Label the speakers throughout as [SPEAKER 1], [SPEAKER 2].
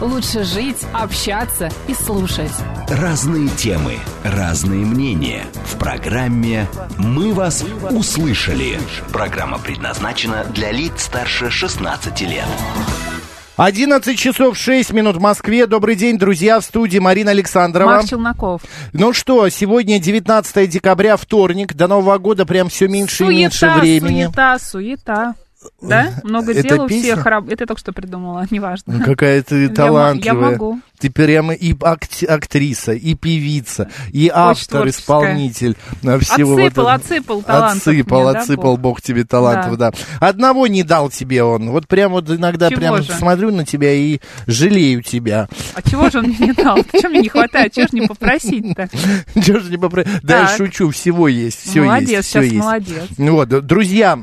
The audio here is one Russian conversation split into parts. [SPEAKER 1] лучше жить, общаться и слушать.
[SPEAKER 2] Разные темы, разные мнения. В программе «Мы вас услышали». Программа предназначена для лиц старше 16 лет.
[SPEAKER 3] 11 часов 6 минут в Москве. Добрый день, друзья, в студии Марина Александрова.
[SPEAKER 1] Марк Челноков.
[SPEAKER 3] Ну что, сегодня 19 декабря, вторник. До Нового года прям все меньше и меньше времени. Э,
[SPEAKER 1] суета, суета. Да? Много
[SPEAKER 3] Это
[SPEAKER 1] дел у
[SPEAKER 3] песня?
[SPEAKER 1] всех раб... Это я только что придумала, неважно.
[SPEAKER 3] Ну, Какая ты
[SPEAKER 1] мо-
[SPEAKER 3] талантливая.
[SPEAKER 1] я могу.
[SPEAKER 3] Ты прямо и акт- актриса, и певица, и автор,
[SPEAKER 1] творческая.
[SPEAKER 3] исполнитель э, всего вот
[SPEAKER 1] Отсыпал,
[SPEAKER 3] этого.
[SPEAKER 1] отсыпал талантов
[SPEAKER 3] Отсыпал,
[SPEAKER 1] мне, да,
[SPEAKER 3] отсыпал
[SPEAKER 1] Бог?
[SPEAKER 3] Бог. тебе талантов, да. Одного не дал тебе он. Вот прям вот иногда
[SPEAKER 1] Чего
[SPEAKER 3] прям
[SPEAKER 1] же?
[SPEAKER 3] смотрю на тебя и жалею тебя.
[SPEAKER 1] А чего же он мне не дал? Чего мне не хватает? Чего же не попросить-то?
[SPEAKER 3] Чё ж не попро- Да, я
[SPEAKER 1] Так.
[SPEAKER 3] шучу, всего есть, все
[SPEAKER 1] молодец,
[SPEAKER 3] есть, все
[SPEAKER 1] сейчас
[SPEAKER 3] есть.
[SPEAKER 1] молодец.
[SPEAKER 3] Ну Вот, д- друзья,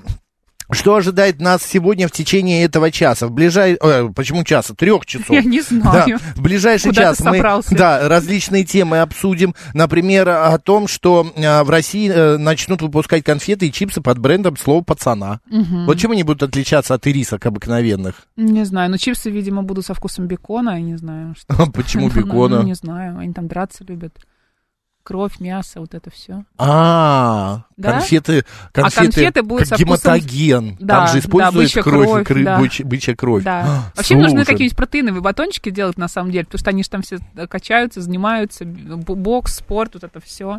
[SPEAKER 3] что ожидает нас сегодня в течение этого часа? В ближай... э, почему часа? Трех часов.
[SPEAKER 1] Я не знаю.
[SPEAKER 3] Да, в ближайший
[SPEAKER 1] Куда
[SPEAKER 3] час
[SPEAKER 1] ты
[SPEAKER 3] мы
[SPEAKER 1] собрался?
[SPEAKER 3] да, различные темы обсудим. Например, о том, что э, в России э, начнут выпускать конфеты и чипсы под брендом слово пацана. Вот чем они будут отличаться от ирисок обыкновенных?
[SPEAKER 1] Не знаю, но чипсы, видимо, будут со вкусом бекона, я не знаю. Что...
[SPEAKER 3] Почему
[SPEAKER 1] Ну, ну,
[SPEAKER 3] бекона?
[SPEAKER 1] Не знаю, они там драться любят. Кровь, мясо, вот это все.
[SPEAKER 3] А,
[SPEAKER 1] Да? А
[SPEAKER 3] конфеты, конфеты,
[SPEAKER 1] конфеты будут
[SPEAKER 3] как
[SPEAKER 1] со вкусом-
[SPEAKER 3] гематоген.
[SPEAKER 1] Да,
[SPEAKER 3] Там же
[SPEAKER 1] да,
[SPEAKER 3] используют
[SPEAKER 1] бычья
[SPEAKER 3] кровь,
[SPEAKER 1] кровь,
[SPEAKER 3] кры-
[SPEAKER 1] да.
[SPEAKER 3] бычь- бычья кровь.
[SPEAKER 1] Да.
[SPEAKER 3] А,
[SPEAKER 1] Вообще им нужны
[SPEAKER 3] слушай.
[SPEAKER 1] какие-нибудь протеиновые батончики делать на самом деле, потому что они же там все качаются, занимаются, б- бокс, спорт, вот это все.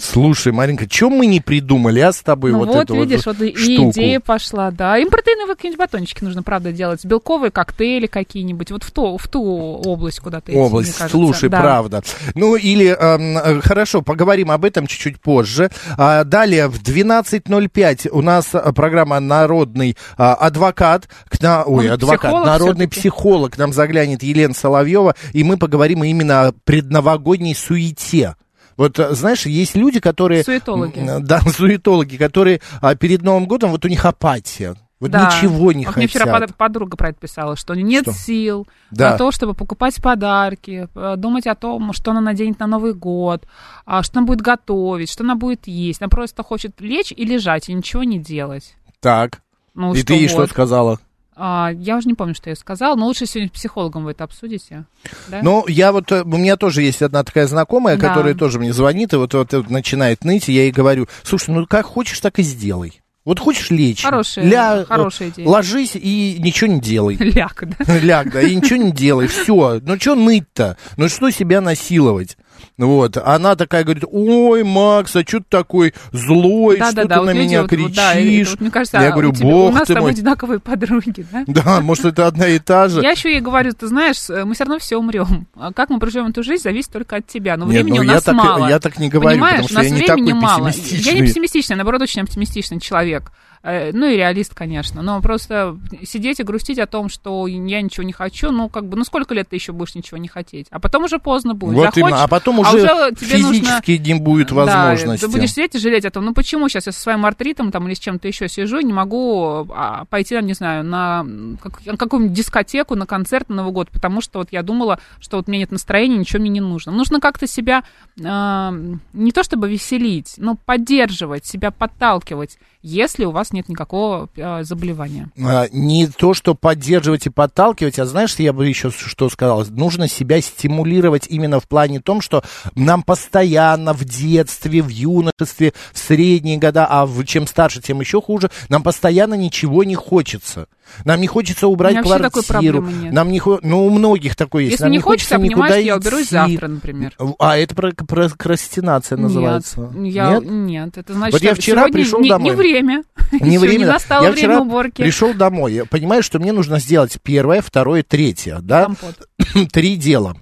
[SPEAKER 3] Слушай, Маринка, чем мы не придумали, а с тобой
[SPEAKER 1] ну
[SPEAKER 3] вот,
[SPEAKER 1] вот,
[SPEAKER 3] эту
[SPEAKER 1] видишь, вот, и- и
[SPEAKER 3] штуку?
[SPEAKER 1] идея пошла, да. Им протеиновые какие-нибудь батончики нужно, правда, делать. Белковые коктейли какие-нибудь, вот в ту, в ту область куда-то идти,
[SPEAKER 3] область.
[SPEAKER 1] мне кажется.
[SPEAKER 3] Слушай,
[SPEAKER 1] Да.
[SPEAKER 3] правда. Ну или эм, э, хорошо, поговорим об этом чуть-чуть позже. А, далее в 12.05 у нас э, программа Народный а, адвокат. К на... Ой,
[SPEAKER 1] Он
[SPEAKER 3] адвокат,
[SPEAKER 1] психолог
[SPEAKER 3] народный
[SPEAKER 1] всё-таки?
[SPEAKER 3] психолог. К нам заглянет Елена Соловьева, и мы поговорим именно о предновогодней суете. Вот, э, знаешь, есть люди, которые...
[SPEAKER 1] Суетологи.
[SPEAKER 3] М, Да, суетологи, которые а, перед Новым годом, вот у них апатия. Вот
[SPEAKER 1] Да.
[SPEAKER 3] ничего не
[SPEAKER 1] Вот
[SPEAKER 3] хотят.
[SPEAKER 1] Мне вчера под- подруга про это писала, что нет
[SPEAKER 3] Что?
[SPEAKER 1] сил
[SPEAKER 3] Да.
[SPEAKER 1] на то, чтобы покупать подарки, э, думать о том, что она наденет на Новый год, а, что она будет готовить, что она будет есть. Она просто хочет лечь и лежать, и ничего не делать.
[SPEAKER 3] Так,
[SPEAKER 1] Ну,
[SPEAKER 3] и
[SPEAKER 1] что
[SPEAKER 3] ты ей что
[SPEAKER 1] вот.
[SPEAKER 3] сказала?
[SPEAKER 1] А, я уже не помню, что я сказала, но лучше сегодня с психологом вы это обсудите. Да?
[SPEAKER 3] Ну, я вот, э, у меня тоже есть одна такая знакомая,
[SPEAKER 1] Да.
[SPEAKER 3] которая тоже мне звонит, и вот, вот, вот начинает ныть, и я ей говорю, слушай, ну как хочешь, так и сделай. Вот хочешь лечь,
[SPEAKER 1] Хорошая- хорошая идея.
[SPEAKER 3] ложись и ничего не делай.
[SPEAKER 1] Ляг, да?
[SPEAKER 3] Ляг, да, и ничего не делай, все. Ну что ныть-то? Ну что себя насиловать? Вот, она такая говорит, ой, Макс, а что ты такой злой, что ты
[SPEAKER 1] Да-да-да,
[SPEAKER 3] на
[SPEAKER 1] вот люди
[SPEAKER 3] меня
[SPEAKER 1] вот- вот,
[SPEAKER 3] кричишь?
[SPEAKER 1] да, и это вот, мне кажется,
[SPEAKER 3] я
[SPEAKER 1] а,
[SPEAKER 3] говорю,
[SPEAKER 1] у, тебя-
[SPEAKER 3] бог
[SPEAKER 1] у нас
[SPEAKER 3] ты
[SPEAKER 1] с тобой
[SPEAKER 3] мой.
[SPEAKER 1] одинаковые подруги, да?
[SPEAKER 3] Да, может, это одна и та же.
[SPEAKER 1] Я еще ей говорю, ты знаешь, э, мы все равно все умрем. А Как мы проживем эту жизнь, зависит только от тебя. Но
[SPEAKER 3] Нет,
[SPEAKER 1] времени
[SPEAKER 3] ну
[SPEAKER 1] у
[SPEAKER 3] я
[SPEAKER 1] нас
[SPEAKER 3] так-
[SPEAKER 1] мало.
[SPEAKER 3] я так не говорю,
[SPEAKER 1] Понимаешь,
[SPEAKER 3] потому что
[SPEAKER 1] у нас
[SPEAKER 3] я не
[SPEAKER 1] времени
[SPEAKER 3] такой
[SPEAKER 1] мало. Я
[SPEAKER 3] пессимистичный.
[SPEAKER 1] не пессимистичный, а наоборот, очень оптимистичный человек. Э, Ну и реалист, конечно. Но просто сидеть и грустить о том, что я ничего не хочу, ну как бы, ну сколько лет ты еще будешь ничего не хотеть? А потом уже поздно будет.
[SPEAKER 3] Вот
[SPEAKER 1] Захочешь,
[SPEAKER 3] именно. А потом
[SPEAKER 1] а
[SPEAKER 3] уже,
[SPEAKER 1] тебе нужно-
[SPEAKER 3] физически не будет возможности.
[SPEAKER 1] да, ты будешь сидеть и жалеть о том, ну почему сейчас я со своим артритом там, или с чем-то еще сижу, не могу а, пойти, там, не знаю, на м, как- на какую-нибудь дискотеку, на концерт на Новый год, потому что вот я думала, что вот у меня нет настроения, ничего мне не нужно. Нужно как-то себя а, не то чтобы веселить, но поддерживать, себя подталкивать, если у вас нет никакого а, заболевания.
[SPEAKER 3] А, не то, что поддерживать и подталкивать, а знаешь, я бы еще с- что сказал, нужно себя стимулировать именно в плане том, что нам постоянно в детстве, в юношестве, в средние года, а в- чем старше, тем еще хуже, нам постоянно ничего не хочется. Нам не хочется убрать
[SPEAKER 1] меня вообще такой
[SPEAKER 3] квартиру.
[SPEAKER 1] проблемы нет.
[SPEAKER 3] Нам не хо- ну, у многих такое есть.
[SPEAKER 1] Если
[SPEAKER 3] Нам
[SPEAKER 1] не хочется, понимаешь,
[SPEAKER 3] никуда
[SPEAKER 1] я уберусь
[SPEAKER 3] идти.
[SPEAKER 1] завтра, например.
[SPEAKER 3] А это про- прокрастинация называется.
[SPEAKER 1] Нет, я- нет? это значит,
[SPEAKER 3] Вот я
[SPEAKER 1] что
[SPEAKER 3] вчера
[SPEAKER 1] сегодня
[SPEAKER 3] пришел
[SPEAKER 1] не,
[SPEAKER 3] домой.
[SPEAKER 1] не время.
[SPEAKER 3] Не
[SPEAKER 1] Еще
[SPEAKER 3] время.
[SPEAKER 1] не настало
[SPEAKER 3] я
[SPEAKER 1] время
[SPEAKER 3] вчера
[SPEAKER 1] уборки.
[SPEAKER 3] пришел домой. Я понимаю, что мне нужно сделать первое, второе, третье. Да?
[SPEAKER 1] Компот.
[SPEAKER 3] Три дела.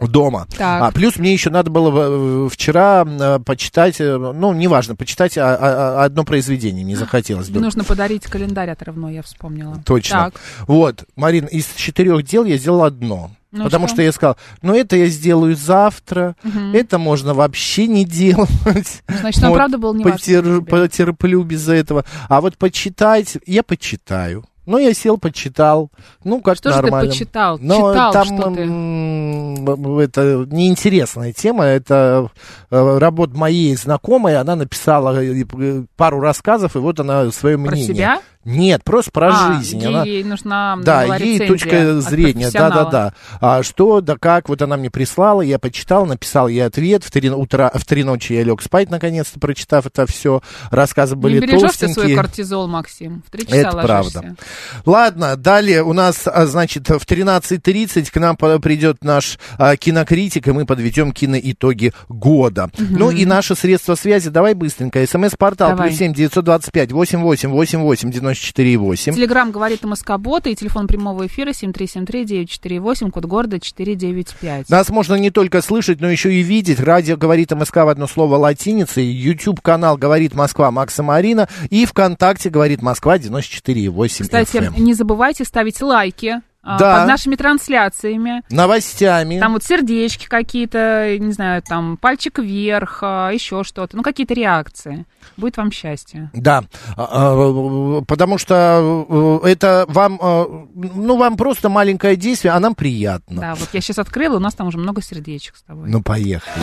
[SPEAKER 3] дома.
[SPEAKER 1] Так.
[SPEAKER 3] А, плюс мне еще надо было э, вчера э, почитать, э, ну, неважно, почитать а- а- а- одно произведение, не захотелось.
[SPEAKER 1] Тебе
[SPEAKER 3] вдруг.
[SPEAKER 1] нужно подарить календарь отрывной, я вспомнила.
[SPEAKER 3] Точно.
[SPEAKER 1] Так,
[SPEAKER 3] Вот, Марин, из четырех дел я сделал одно.
[SPEAKER 1] Ну
[SPEAKER 3] Потому
[SPEAKER 1] что?
[SPEAKER 3] что я сказал, ну это я сделаю завтра, это можно вообще не делать.
[SPEAKER 1] Значит, он правда был неважен
[SPEAKER 3] потер-
[SPEAKER 1] для тебя.
[SPEAKER 3] Потерплю без этого. А вот почитать, я почитаю. Ну, я сел, почитал. Ну, как
[SPEAKER 1] Что же ты
[SPEAKER 3] нормально.
[SPEAKER 1] почитал?
[SPEAKER 3] Но
[SPEAKER 1] Читал,
[SPEAKER 3] там
[SPEAKER 1] что ты?
[SPEAKER 3] м, это неинтересная тема. Это э, работа моей знакомой. Она написала э, э, пару рассказов, и вот она свое
[SPEAKER 1] Про
[SPEAKER 3] мнение.
[SPEAKER 1] себя?
[SPEAKER 3] Нет, просто про
[SPEAKER 1] А,
[SPEAKER 3] жизнь.
[SPEAKER 1] ей,
[SPEAKER 3] Она-
[SPEAKER 1] ей нужна
[SPEAKER 3] да,
[SPEAKER 1] была
[SPEAKER 3] ей
[SPEAKER 1] рецензия
[SPEAKER 3] точка
[SPEAKER 1] от
[SPEAKER 3] зрения,
[SPEAKER 1] профессионала.
[SPEAKER 3] да-да-да. А что, да как, вот она мне прислала, я почитал, написал ей ответ, в три, утра, в три ночи я лег спать, наконец-то, прочитав это все, рассказы были
[SPEAKER 1] Не бережешь ты свой
[SPEAKER 3] толстенькие.
[SPEAKER 1] кортизол, Максим. В три часа
[SPEAKER 3] Это
[SPEAKER 1] ложишься.
[SPEAKER 3] правда. Ладно, далее у нас, а, значит, в 13.30 к нам по- придет наш а, кинокритик, и мы подведем киноитоги года. Ну и наши средства связи, давай быстренько, смс-портал,
[SPEAKER 1] Давай.
[SPEAKER 3] плюс 7 925 88 88 94 8.
[SPEAKER 1] Телеграм говорит МСК-бота и телефон прямого эфира 7373948, код города 495.
[SPEAKER 3] Нас можно не только слышать, но еще и видеть. Радио «Говорит МСК» в одно слово латиницей. YouTube-канал «Говорит Москва» Макса Марина. И ВКонтакте «Говорит Москва» 94,8
[SPEAKER 1] Кстати,
[SPEAKER 3] FM.
[SPEAKER 1] не забывайте ставить лайки а,
[SPEAKER 3] Да.
[SPEAKER 1] под нашими трансляциями.
[SPEAKER 3] Новостями.
[SPEAKER 1] Там вот сердечки какие-то, не знаю, там пальчик вверх, а, еще что-то. Ну, какие-то реакции. Будет вам счастье.
[SPEAKER 3] Да, А, а, потому что э, это вам, э, ну, вам просто маленькое действие, а нам приятно.
[SPEAKER 1] Да, вот я сейчас открыла, у нас там уже много сердечек с тобой.
[SPEAKER 3] Ну, поехали.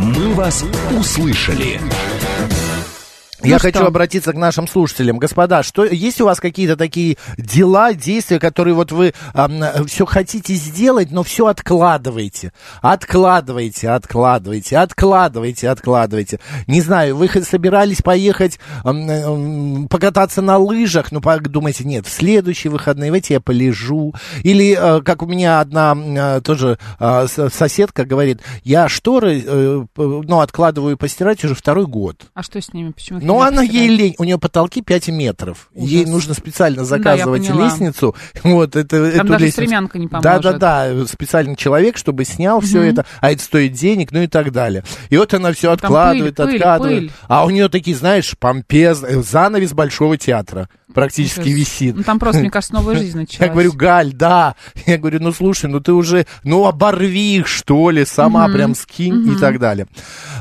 [SPEAKER 2] «Мы вас услышали».
[SPEAKER 3] Я
[SPEAKER 1] что?
[SPEAKER 3] хочу обратиться к нашим слушателям. Господа, что, есть у вас какие-то такие дела, действия, которые вот вы все хотите сделать, но все откладываете? Откладываете, откладываете, откладываете, откладываете. Не знаю, вы хо- собирались поехать ам, ам, покататься на лыжах, но по- думаете, нет, в следующие выходные, в эти я полежу. Или, э, как у меня одна м, э, тоже э, с- соседка говорит, я шторы, э, п- ну, откладываю постирать уже второй год.
[SPEAKER 1] А что с ними? Почему? их
[SPEAKER 3] Но
[SPEAKER 1] не
[SPEAKER 3] Ну, она ей
[SPEAKER 1] представляю?
[SPEAKER 3] лень, у нее потолки 5 метров. Ей нужно специально заказывать
[SPEAKER 1] поняла.
[SPEAKER 3] лестницу. Вот, это, эту
[SPEAKER 1] даже
[SPEAKER 3] лестницу.
[SPEAKER 1] стремянка не
[SPEAKER 3] Да,
[SPEAKER 1] поможет.
[SPEAKER 3] да, да. Специальный человек, чтобы снял все это, а это стоит денег, ну и так далее. И вот она все
[SPEAKER 1] там
[SPEAKER 3] откладывает,
[SPEAKER 1] пыль, пыль,
[SPEAKER 3] откладывает.
[SPEAKER 1] пыль.
[SPEAKER 3] А у нее такие, знаешь, помпез, э, занавес большого театра практически
[SPEAKER 1] Ужас.
[SPEAKER 3] висит.
[SPEAKER 1] Ну, там просто, мне кажется, новая жизнь началась.
[SPEAKER 3] Я говорю, Галь, да. Я говорю, ну слушай, ну ты уже, ну оборви их, что ли, сама прям скинь и так далее.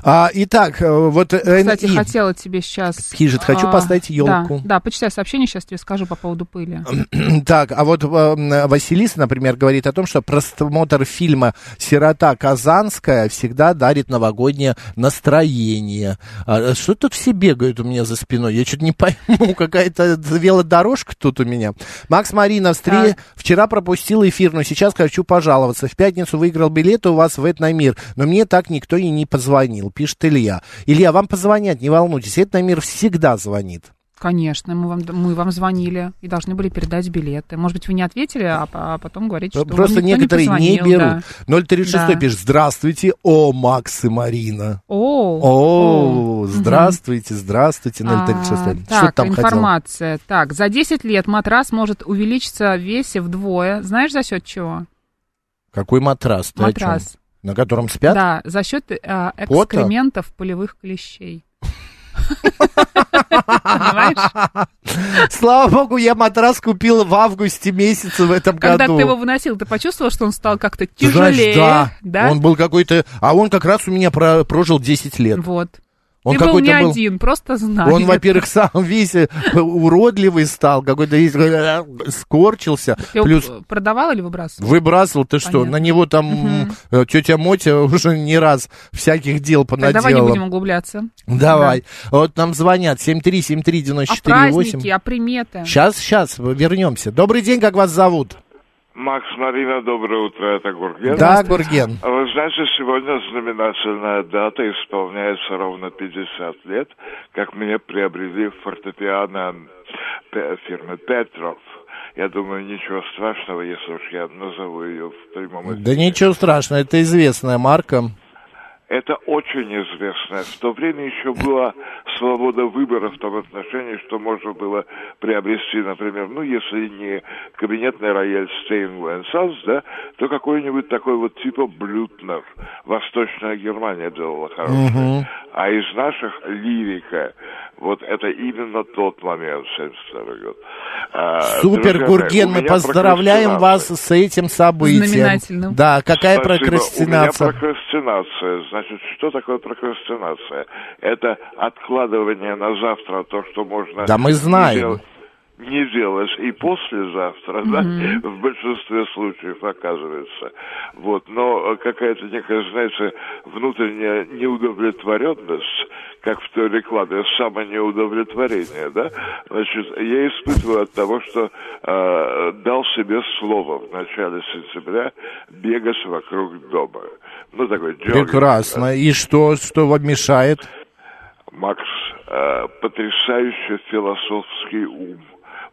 [SPEAKER 3] А, итак, э, вот...
[SPEAKER 1] Кстати,
[SPEAKER 3] NI.
[SPEAKER 1] хотела тебе сейчас...
[SPEAKER 3] Пишет, «Хочу поставить ёлку».
[SPEAKER 1] Да, да, почитай сообщение, сейчас тебе скажу по поводу пыли.
[SPEAKER 3] Так, а вот э, м, Василиса, например, говорит о том, что просмотр фильма «Сирота Казанская» всегда дарит новогоднее настроение. А, что тут в себе, говорит, у меня за спиной? Я что-то не пойму, какая-то велодорожка тут у меня. Макс Марина, встре-
[SPEAKER 1] Так.
[SPEAKER 3] вчера пропустил эфир, но сейчас хочу пожаловаться. В пятницу выиграл билеты у вас в Этномир, но мне так никто и не позвонил, пишет Илья. Илья, вам позвонят, не волнуйтесь, Этномир всегда звонит.
[SPEAKER 1] Конечно, мы вам, мы вам звонили и должны были передать билеты. Может быть, вы не ответили, а, по- а потом говорите, что вам
[SPEAKER 3] Просто
[SPEAKER 1] никто
[SPEAKER 3] некоторые не,
[SPEAKER 1] позвонил,
[SPEAKER 3] берут.
[SPEAKER 1] да.
[SPEAKER 3] 036
[SPEAKER 1] Да.
[SPEAKER 3] пишет, здравствуйте, о, Макс и Марина.
[SPEAKER 1] О,
[SPEAKER 3] О, здравствуйте, здравствуйте, 036.
[SPEAKER 1] А,
[SPEAKER 3] Что
[SPEAKER 1] так,
[SPEAKER 3] ты там хотел?
[SPEAKER 1] информация. Так, за 10 лет матрас может увеличиться в весе вдвое. Знаешь, за счет чего?
[SPEAKER 3] Какой матрас? Ты о чём?
[SPEAKER 1] матрас.
[SPEAKER 3] На котором спят?
[SPEAKER 1] Да, за счет э,
[SPEAKER 3] Пота?
[SPEAKER 1] экскрементов полевых клещей. Понимаешь?
[SPEAKER 3] Слава богу, я матрас купил в августе месяце в этом
[SPEAKER 1] Когда
[SPEAKER 3] году.
[SPEAKER 1] ты его выносил, ты почувствовал, что он стал как-то
[SPEAKER 3] Ты знаешь,
[SPEAKER 1] тяжелее?
[SPEAKER 3] да. Он был какой-то... А он как раз у меня про- прожил 10 лет.
[SPEAKER 1] Вот.
[SPEAKER 3] Он
[SPEAKER 1] ты был
[SPEAKER 3] какой-то
[SPEAKER 1] не
[SPEAKER 3] был...
[SPEAKER 1] один, просто знай.
[SPEAKER 3] Он, во-первых, сам весь э, уродливый стал, какой-то весь э, скорчился.
[SPEAKER 1] Ты его
[SPEAKER 3] Плюс
[SPEAKER 1] п- продавал или выбрасывал?
[SPEAKER 3] Выбрасывал, ты что,
[SPEAKER 1] Понятно.
[SPEAKER 3] на него там э, тетя Мотя уже не раз всяких дел
[SPEAKER 1] Так, давай не
[SPEAKER 3] понаделала.
[SPEAKER 1] будем углубляться.
[SPEAKER 3] Давай. Вот нам звонят
[SPEAKER 1] А
[SPEAKER 3] 7373948.
[SPEAKER 1] праздники, а приметы.
[SPEAKER 3] Сейчас, сейчас, вернемся. Добрый день, как вас зовут?
[SPEAKER 4] Макс, Марина, доброе утро, это Гурген.
[SPEAKER 3] Да, Гурген.
[SPEAKER 4] А Вы знаете, сегодня знаменательная дата, исполняется ровно 50 лет, как мне приобрели фортепиано пе- фирмы Петров. Я думаю, ничего страшного, если уж я назову ее в прямом эфире.
[SPEAKER 3] Да ничего страшного, это известная марка.
[SPEAKER 4] Это очень известно. В то время еще была свобода выбора в том отношении, что можно было приобрести, например, ну, если не кабинетный рояль Steinway Sons, да, то какой-нибудь такой вот типа Блютнер. Восточная Германия делала хорошее. А из наших лирика. Вот это именно тот момент, 72 год. А,
[SPEAKER 3] Супер,
[SPEAKER 4] друзья мои,
[SPEAKER 3] Гурген,
[SPEAKER 4] у
[SPEAKER 3] мы
[SPEAKER 4] меня
[SPEAKER 3] поздравляем вас
[SPEAKER 4] прокрастинация.
[SPEAKER 3] с этим событием.
[SPEAKER 1] Знаменательным.
[SPEAKER 3] Да, какая
[SPEAKER 4] Спасибо.
[SPEAKER 3] прокрастинация?
[SPEAKER 4] У меня прокрастинация. Значит, что такое прокрастинация? Это откладывание на завтра то, что можно...
[SPEAKER 3] Да мы знаем.
[SPEAKER 4] не делать- Не делаешь и послезавтра, да, в большинстве случаев оказывается. Вот, но э, какая-то некая, знаете, внутренняя неудовлетворенность, как в той рекламе, самонеудовлетворение, да, значит, я испытываю от того, что э, дал себе слово в начале сентября бегать вокруг дома. Ну, такой джогинг, да.
[SPEAKER 3] Прекрасно. И что, что вам мешает?
[SPEAKER 4] Макс, э, потрясающий философский ум.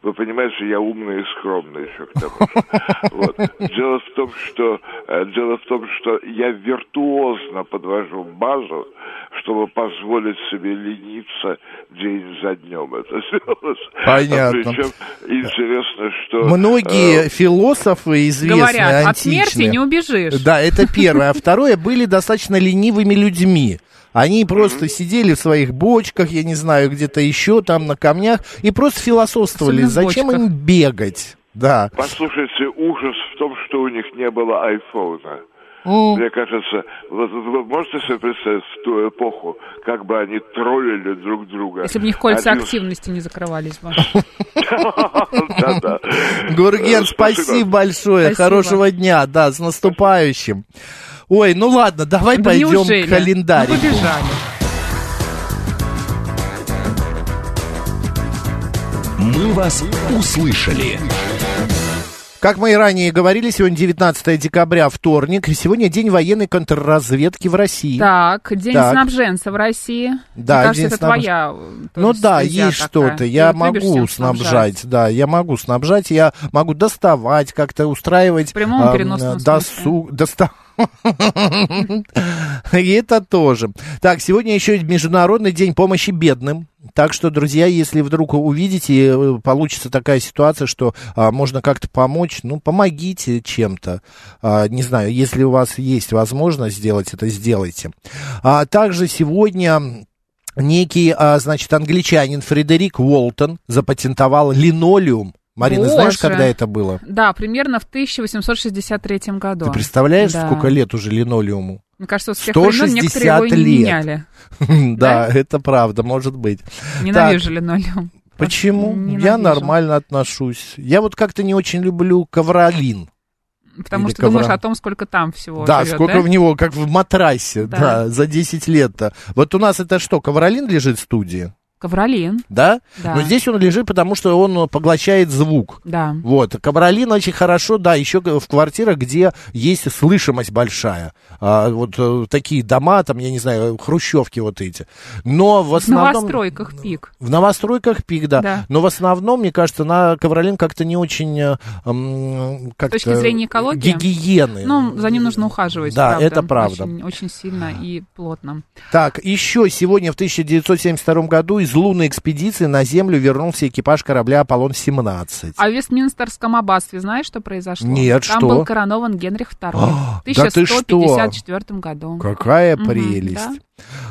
[SPEAKER 4] Вы понимаете, я умный и скромный еще к тому же. Вот. Дело в том, что э, дело в том, что я виртуозно подвожу базу, чтобы позволить себе лениться день за днем это сделать. А
[SPEAKER 3] Понятно.
[SPEAKER 4] Причем интересно, что э,
[SPEAKER 3] Многие философы известные,
[SPEAKER 1] Говорят, от
[SPEAKER 3] античные,
[SPEAKER 1] смерти не убежишь.
[SPEAKER 3] Да, это первое. А второе, были достаточно ленивыми людьми. Они просто сидели в своих бочках, я не знаю, где-то еще там на камнях, и просто философствовали,
[SPEAKER 1] Особенно в
[SPEAKER 3] зачем им бегать. Да.
[SPEAKER 4] Послушайте, ужас в том, что у них не было айфона. Мне кажется, вот вы можете себе представить в ту эпоху, как бы они троллили друг друга?
[SPEAKER 1] Если бы у них кольца
[SPEAKER 4] Один-
[SPEAKER 1] активности не закрывались бы.
[SPEAKER 4] Да-да.
[SPEAKER 3] Гурген,
[SPEAKER 4] Э,
[SPEAKER 3] спасибо большое,
[SPEAKER 1] Спасибо.
[SPEAKER 3] хорошего дня, да, с наступающим. Ой, ну ладно, давай
[SPEAKER 1] Да
[SPEAKER 3] пойдем
[SPEAKER 1] неужели?
[SPEAKER 3] к календарю.
[SPEAKER 1] Ну, побежали.
[SPEAKER 2] «Мы вас услышали».
[SPEAKER 3] Как мы и ранее говорили, сегодня 19 декабря, вторник, и сегодня день военной контрразведки в России.
[SPEAKER 1] Так, день
[SPEAKER 3] Так.
[SPEAKER 1] снабженца в России.
[SPEAKER 3] Да,
[SPEAKER 1] Мне кажется,
[SPEAKER 3] день
[SPEAKER 1] это
[SPEAKER 3] снабж-
[SPEAKER 1] твоя. э, то
[SPEAKER 3] Ну
[SPEAKER 1] есть,
[SPEAKER 3] да,
[SPEAKER 1] стезя
[SPEAKER 3] есть
[SPEAKER 1] такая.
[SPEAKER 3] что-то.
[SPEAKER 1] Ты
[SPEAKER 3] Я
[SPEAKER 1] вот любишь
[SPEAKER 3] могу
[SPEAKER 1] всем
[SPEAKER 3] снабжать, да, я могу снабжать, я могу доставать, как-то устраивать
[SPEAKER 1] В прямом
[SPEAKER 3] ам,
[SPEAKER 1] переносном
[SPEAKER 3] досу- доста- И это тоже. Так, сегодня еще и Международный день помощи бедным. Так что, друзья, если вдруг увидите, э, получится такая ситуация, что а, можно как-то помочь, ну, помогите чем-то. А, не знаю, если у вас есть возможность сделать это, сделайте. А, также сегодня некий, а, значит, англичанин Фредерик Уолтон запатентовал линолеум. Марина, знаешь,
[SPEAKER 1] Боже.
[SPEAKER 3] когда это было?
[SPEAKER 1] Да, примерно в 1863 году.
[SPEAKER 3] Ты представляешь,
[SPEAKER 1] Да.
[SPEAKER 3] сколько лет уже линолеуму?
[SPEAKER 1] Мне кажется, с тех времен
[SPEAKER 3] 160
[SPEAKER 1] некоторые его и не
[SPEAKER 3] лет.
[SPEAKER 1] меняли.
[SPEAKER 3] Да, это правда, может быть.
[SPEAKER 1] Ненавижу линолеум.
[SPEAKER 3] Почему?
[SPEAKER 1] Ненавижу.
[SPEAKER 3] Я нормально отношусь. Я вот как-то не очень люблю ковролин.
[SPEAKER 1] Потому
[SPEAKER 3] Или
[SPEAKER 1] что думаешь
[SPEAKER 3] ковра.
[SPEAKER 1] о том, сколько там всего
[SPEAKER 3] да,
[SPEAKER 1] живет,
[SPEAKER 3] сколько
[SPEAKER 1] да?
[SPEAKER 3] в него, как в матрасе, да,
[SPEAKER 1] Да.
[SPEAKER 3] за 10 лет-то. Вот у нас это что, ковролин лежит в студии,
[SPEAKER 1] Ковролин,
[SPEAKER 3] да?
[SPEAKER 1] Да.
[SPEAKER 3] Но здесь он лежит, потому что он поглощает звук.
[SPEAKER 1] да.
[SPEAKER 3] Вот, ковролин очень хорошо, да, еще в квартирах, где есть слышимость большая. А, вот э, такие дома, там, я не знаю, хрущевки вот эти. Но в
[SPEAKER 1] В
[SPEAKER 3] основном... ну,
[SPEAKER 1] новостройках пик.
[SPEAKER 3] В новостройках пик, да.
[SPEAKER 1] Да.
[SPEAKER 3] Но в основном, мне кажется, на ковролин как-то не очень... э, м, как-то
[SPEAKER 1] С точки зрения экологии?
[SPEAKER 3] Гигиены.
[SPEAKER 1] Ну, за ним нужно ухаживать.
[SPEAKER 3] э, Да, это правда.
[SPEAKER 1] Очень, очень сильно и плотно.
[SPEAKER 3] Так, еще сегодня в 1972 году из лунной экспедиции на Землю вернулся экипаж корабля «Аполлон-17».
[SPEAKER 1] А в Вестминстерском аббатстве знаешь, что произошло?
[SPEAKER 3] Нет,
[SPEAKER 1] Там
[SPEAKER 3] что? А,
[SPEAKER 1] был коронован Генрих II в
[SPEAKER 3] да ты что?
[SPEAKER 1] 1154 году.
[SPEAKER 3] Какая
[SPEAKER 1] Мгм, да.
[SPEAKER 3] прелесть.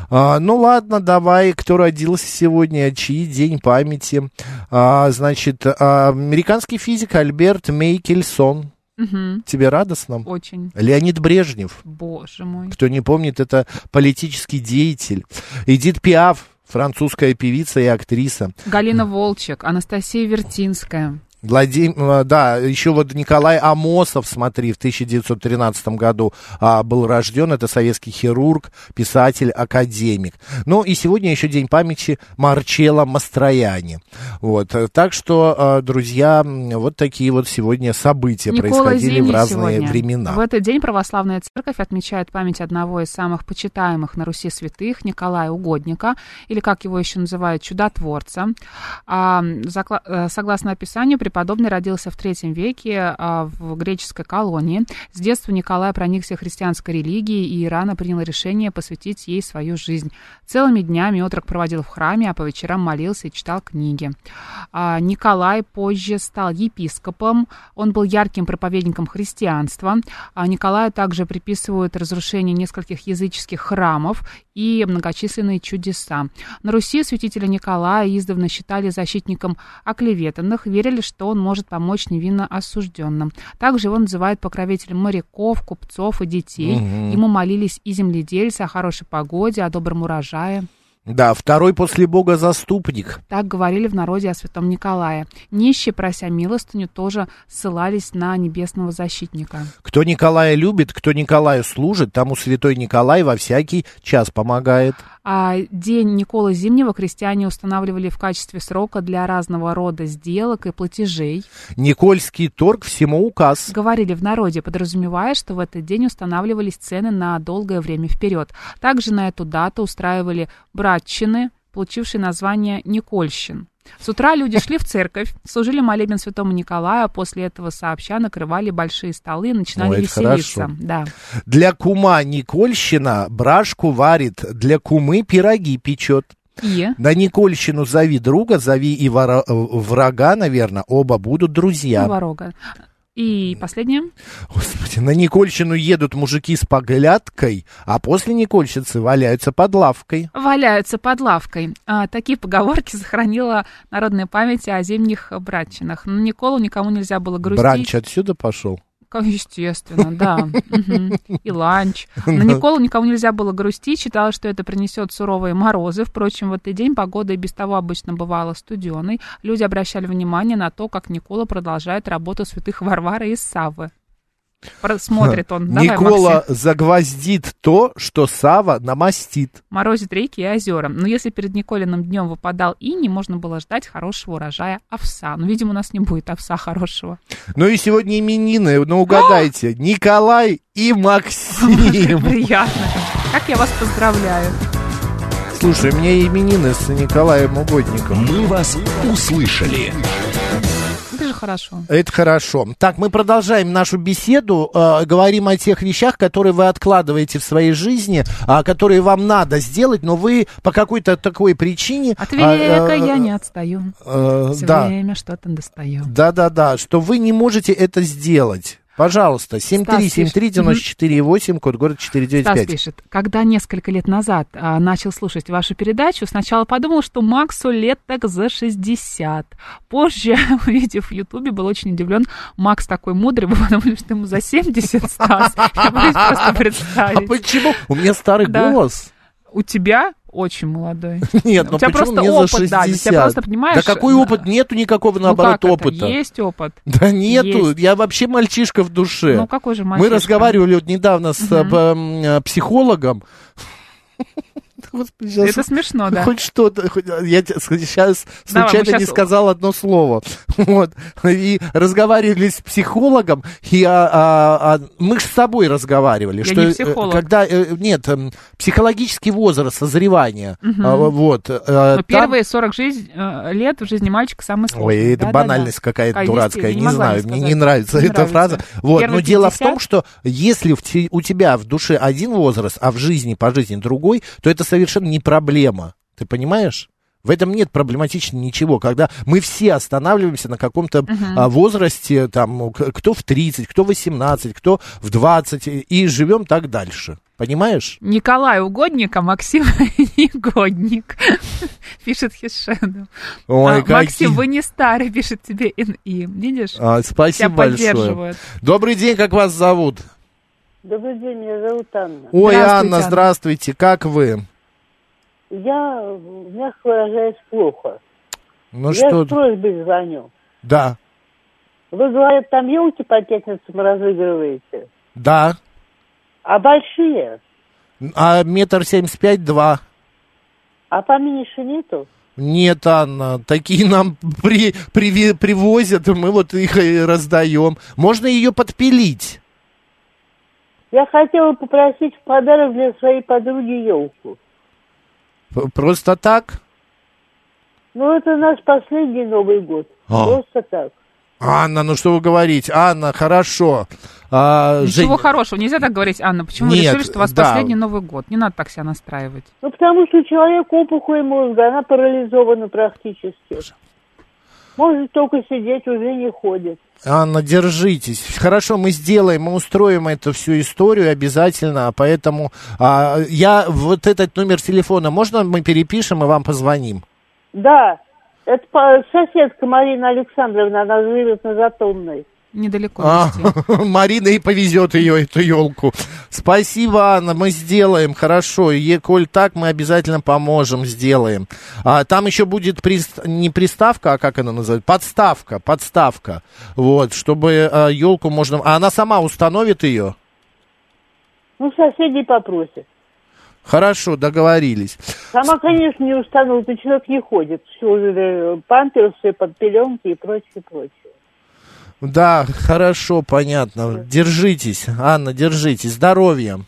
[SPEAKER 3] А, ну ладно, давай, кто родился сегодня, чьи день памяти. А, значит, а, американский физик Альберт Мейкельсон.
[SPEAKER 1] Мгм,
[SPEAKER 3] Тебе радостно?
[SPEAKER 1] Очень.
[SPEAKER 3] Леонид Брежнев.
[SPEAKER 1] Боже мой.
[SPEAKER 3] Кто не помнит, это политический деятель. Эдит Пиаф, французская певица и актриса.
[SPEAKER 1] Галина Волчек, Анастасия Вертинская.
[SPEAKER 3] Владим... э, Да, еще вот Николай Амосов, смотри, в 1913 году а, был рожден. Это советский хирург, писатель, академик. Ну и сегодня еще день памяти Марчелла Мастрояни. Вот, э, так что, э, друзья, м, вот такие вот сегодня события
[SPEAKER 1] Никола
[SPEAKER 3] происходили
[SPEAKER 1] Зенни
[SPEAKER 3] в разные
[SPEAKER 1] сегодня.
[SPEAKER 3] времена.
[SPEAKER 1] В этот день православная церковь отмечает память одного из самых почитаемых на Руси святых Николая Угодника, или как его еще называют, чудотворца. А, закла- э, согласно описанию, при преподобный родился в III веке а, в греческой колонии. С детства Николай проникся христианской религией и рано принял решение посвятить ей свою жизнь. Целыми днями отрок проводил в храме, а по вечерам молился и читал книги. А, Николай позже стал епископом. Он был ярким проповедником христианства. А, Николаю также приписывают разрушение нескольких языческих храмов и многочисленные чудеса. На Руси святителя Николая издавна считали защитником оклеветанных, верили, что он может помочь невинно осужденным. Также его называют покровителем моряков, купцов и детей. Ему молились и земледельцы о хорошей погоде, о добром урожае.
[SPEAKER 3] Да, второй после Бога заступник.
[SPEAKER 1] Так говорили в народе о святом Николае. Нищие, прося милостыню, тоже ссылались на небесного защитника.
[SPEAKER 3] Кто Николая любит, кто Николаю служит, тому святой Николай во всякий час помогает.
[SPEAKER 1] А День Никола Зимнего крестьяне устанавливали в качестве срока для разного рода сделок и платежей.
[SPEAKER 3] Никольский торг всему указ.
[SPEAKER 1] Говорили в народе, подразумевая, что в этот день устанавливались цены на долгое время вперед. Также на эту дату устраивали братчины, получившие название Никольщин. С утра люди шли в церковь, служили молебен святому Николаю, а после этого сообща накрывали большие столы и начинали
[SPEAKER 3] Ой, это
[SPEAKER 1] веселиться.
[SPEAKER 3] хорошо.
[SPEAKER 1] Да.
[SPEAKER 3] Для кума Никольщина брашку варит, для кумы пироги печет.
[SPEAKER 1] И
[SPEAKER 3] На Никольщину зови друга, зови и вора- э, врага, наверное, оба будут друзья.
[SPEAKER 1] Ворога. И последнее.
[SPEAKER 3] Господи, на Никольщину едут мужики с поглядкой, а после Никольщицы валяются под лавкой.
[SPEAKER 1] валяются под лавкой. А, такие поговорки сохранила народная память о зимних братчинах. На Николу никому нельзя было грустить.
[SPEAKER 3] Бранч отсюда пошел.
[SPEAKER 1] Ко- Естественно, да. Мгм. И ланч. На Николу никому нельзя было грустить. Считала, что это принесет суровые морозы. Впрочем, в этот день погода и без того обычно бывала студеной. Люди обращали внимание на то, как Никола продолжает работу святых Варвары и Савы. Смотрит он. Давай,
[SPEAKER 3] Никола
[SPEAKER 1] Максим.
[SPEAKER 3] загвоздит то, что Сава намастит.
[SPEAKER 1] морозит реки и озера. Но если перед Николиным днем выпадал иней, можно было ждать хорошего урожая овса. Но, видимо, у нас не будет овса хорошего.
[SPEAKER 3] Ну и сегодня именины, ну угадайте, Николай и Максим.
[SPEAKER 1] Приятно. Как я вас поздравляю.
[SPEAKER 3] Слушай, мне именины с Николаем Угодником.
[SPEAKER 2] «Мы вас услышали».
[SPEAKER 1] Это Ну, же хорошо.
[SPEAKER 3] Это хорошо. Так, мы продолжаем нашу беседу, э, говорим о тех вещах, которые вы откладываете в своей жизни, а, которые вам надо сделать, но вы по какой-то такой причине...
[SPEAKER 1] От
[SPEAKER 3] а,
[SPEAKER 1] века
[SPEAKER 3] э,
[SPEAKER 1] я не отстаю.
[SPEAKER 3] э,
[SPEAKER 1] Все
[SPEAKER 3] да.
[SPEAKER 1] время что-то достаю.
[SPEAKER 3] Да, да, да, что вы не можете это сделать. Пожалуйста, 7373948, код города
[SPEAKER 1] Стас
[SPEAKER 3] 495.
[SPEAKER 1] пишет, когда несколько лет назад а, начал слушать вашу передачу, сначала подумал, что Максу лет так за 60. Позже, увидев в Ютубе, был очень удивлен. Макс такой мудрый, вы подумали, что ему за 70, Стас. Я боюсь просто
[SPEAKER 3] А
[SPEAKER 1] представить.
[SPEAKER 3] почему? У меня старый
[SPEAKER 1] Да.
[SPEAKER 3] голос.
[SPEAKER 1] У тебя очень молодой.
[SPEAKER 3] Нет, ну
[SPEAKER 1] тебя
[SPEAKER 3] почему
[SPEAKER 1] просто
[SPEAKER 3] мне за
[SPEAKER 1] опыт, да, у тебя
[SPEAKER 3] 60?
[SPEAKER 1] просто, понимаешь,
[SPEAKER 3] Да какой
[SPEAKER 1] да.
[SPEAKER 3] опыт? Нету никакого, наоборот,
[SPEAKER 1] ну, как это?
[SPEAKER 3] опыта.
[SPEAKER 1] Есть опыт.
[SPEAKER 3] Да нету,
[SPEAKER 1] Есть.
[SPEAKER 3] я вообще мальчишка в душе.
[SPEAKER 1] Ну, какой же
[SPEAKER 3] Э, Мы
[SPEAKER 1] мальчишка?
[SPEAKER 3] разговаривали вот недавно с э, б, м, э, психологом. Господи, сейчас
[SPEAKER 1] Это смешно, да.
[SPEAKER 3] Хоть что-то, хоть- э, я сейчас
[SPEAKER 1] Давай,
[SPEAKER 3] случайно
[SPEAKER 1] мы щас-
[SPEAKER 3] не сказал одно слово. Вот. И разговаривали с психологом, и а, а, а, мы ж с собой разговаривали.
[SPEAKER 1] Я
[SPEAKER 3] что,
[SPEAKER 1] не
[SPEAKER 3] э,
[SPEAKER 1] психолог.
[SPEAKER 3] Когда, э, нет, эм, психологический возраст созревания. а, вот. э,
[SPEAKER 1] Но
[SPEAKER 3] там-
[SPEAKER 1] первые 40 жизнь, э, лет в жизни мальчика самый сложный.
[SPEAKER 3] Ой, это
[SPEAKER 1] Да-да-да.
[SPEAKER 3] банальность какая-то
[SPEAKER 1] А,
[SPEAKER 3] дурацкая,
[SPEAKER 1] действительно,
[SPEAKER 3] не,
[SPEAKER 1] не могла
[SPEAKER 3] знаю,
[SPEAKER 1] не
[SPEAKER 3] мне не
[SPEAKER 1] сказать.
[SPEAKER 3] нравится
[SPEAKER 1] Не
[SPEAKER 3] эта
[SPEAKER 1] нравится.
[SPEAKER 3] фраза. Вот, но
[SPEAKER 1] Первые
[SPEAKER 3] дело в
[SPEAKER 1] 50?
[SPEAKER 3] том, что если в те- у тебя в душе один возраст, а в жизни по жизни другой, то это совершенно не проблема. Ты понимаешь? В этом нет проблематично ничего, когда мы все останавливаемся на каком-то а, возрасте, там, к- кто в 30, кто в 18, кто в 20, и- и живем так дальше. Понимаешь?
[SPEAKER 1] Николай Угодник, а Максим Негодник, пишет Хишенов.
[SPEAKER 3] Ой,
[SPEAKER 1] А, Максим,
[SPEAKER 3] какие-
[SPEAKER 1] вы не старый, пишет тебе НИ. Видишь?
[SPEAKER 3] А,
[SPEAKER 1] Тебя
[SPEAKER 3] спасибо большое.
[SPEAKER 1] поддерживают.
[SPEAKER 3] Добрый день, как вас зовут?
[SPEAKER 5] Добрый день, меня зовут Анна.
[SPEAKER 3] Ой,
[SPEAKER 1] Здравствуйте,
[SPEAKER 3] Анна,
[SPEAKER 1] Анна.
[SPEAKER 3] здравствуйте, как вы?
[SPEAKER 5] Я, э, мягко выражаясь, плохо.
[SPEAKER 3] Ну
[SPEAKER 5] я
[SPEAKER 3] что,
[SPEAKER 5] с просьбой звоню.
[SPEAKER 3] да,
[SPEAKER 5] Вы, говорят, там елки по пятницам разыгрываете,
[SPEAKER 3] да.
[SPEAKER 5] а большие,
[SPEAKER 3] А метр семьдесят пять два.
[SPEAKER 5] а поменьше нету.
[SPEAKER 3] Нет, Анна, такие нам при, приви- привозят, и мы вот их и раздаем. Можно ее подпилить.
[SPEAKER 5] Я хотела попросить в подарок для своей подруги елку.
[SPEAKER 3] П- Просто так?
[SPEAKER 5] Ну, это наш последний Новый год.
[SPEAKER 3] А.
[SPEAKER 5] Просто так.
[SPEAKER 3] Анна, ну что вы говорите? Анна, хорошо. А,
[SPEAKER 1] Ничего
[SPEAKER 3] Жень,
[SPEAKER 1] хорошего. Нельзя так говорить, Анна. Почему вы
[SPEAKER 3] Нет,
[SPEAKER 1] решили, что у вас
[SPEAKER 3] да.
[SPEAKER 1] последний Новый год? Не надо так себя настраивать.
[SPEAKER 5] Ну, потому что у человека опухоль мозга, она парализована практически. Может только сидеть, уже не ходит.
[SPEAKER 3] Анна, держитесь. Хорошо, мы сделаем, мы устроим эту всю историю обязательно, поэтому а, я вот этот номер телефона можно мы перепишем и вам позвоним?
[SPEAKER 5] Да, это по- соседка Марина Александровна, она живет на Затомной.
[SPEAKER 1] Недалеко.
[SPEAKER 3] А,
[SPEAKER 1] везде.
[SPEAKER 3] Марина и повезет ее, эту елку. Спасибо, Анна, мы сделаем, хорошо. И, коль так, мы обязательно поможем, сделаем. А, там еще будет прист- не приставка, а как она называется? Подставка, подставка. Вот, чтобы елку можно... А она сама установит ее?
[SPEAKER 5] Ну, соседей попросит.
[SPEAKER 3] Хорошо, договорились.
[SPEAKER 5] Сама, конечно, не установит, и человек не ходит. Все уже э, памперсы, подпеленки и прочее, прочее.
[SPEAKER 3] Да, хорошо, понятно. Держитесь, Анна, держитесь. Здоровья.
[SPEAKER 5] Всем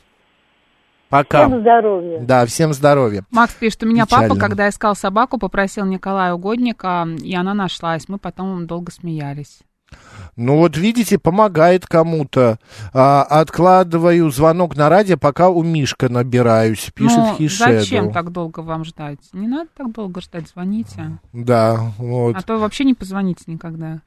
[SPEAKER 3] Пока.
[SPEAKER 5] здоровья.
[SPEAKER 3] Да, всем здоровья.
[SPEAKER 1] Макс пишет, у меня папа,
[SPEAKER 3] Печально.
[SPEAKER 1] когда искал собаку, попросил Николая Угодника, и она нашлась. Мы потом долго смеялись.
[SPEAKER 3] Ну вот видите, помогает кому-то. А, откладываю звонок на радио, пока у Мишка набираюсь, пишет
[SPEAKER 1] ну,
[SPEAKER 3] Хишедл.
[SPEAKER 1] зачем так долго вам ждать? Не надо так долго ждать, звоните.
[SPEAKER 3] Да, вот.
[SPEAKER 1] А то вообще не позвоните никогда.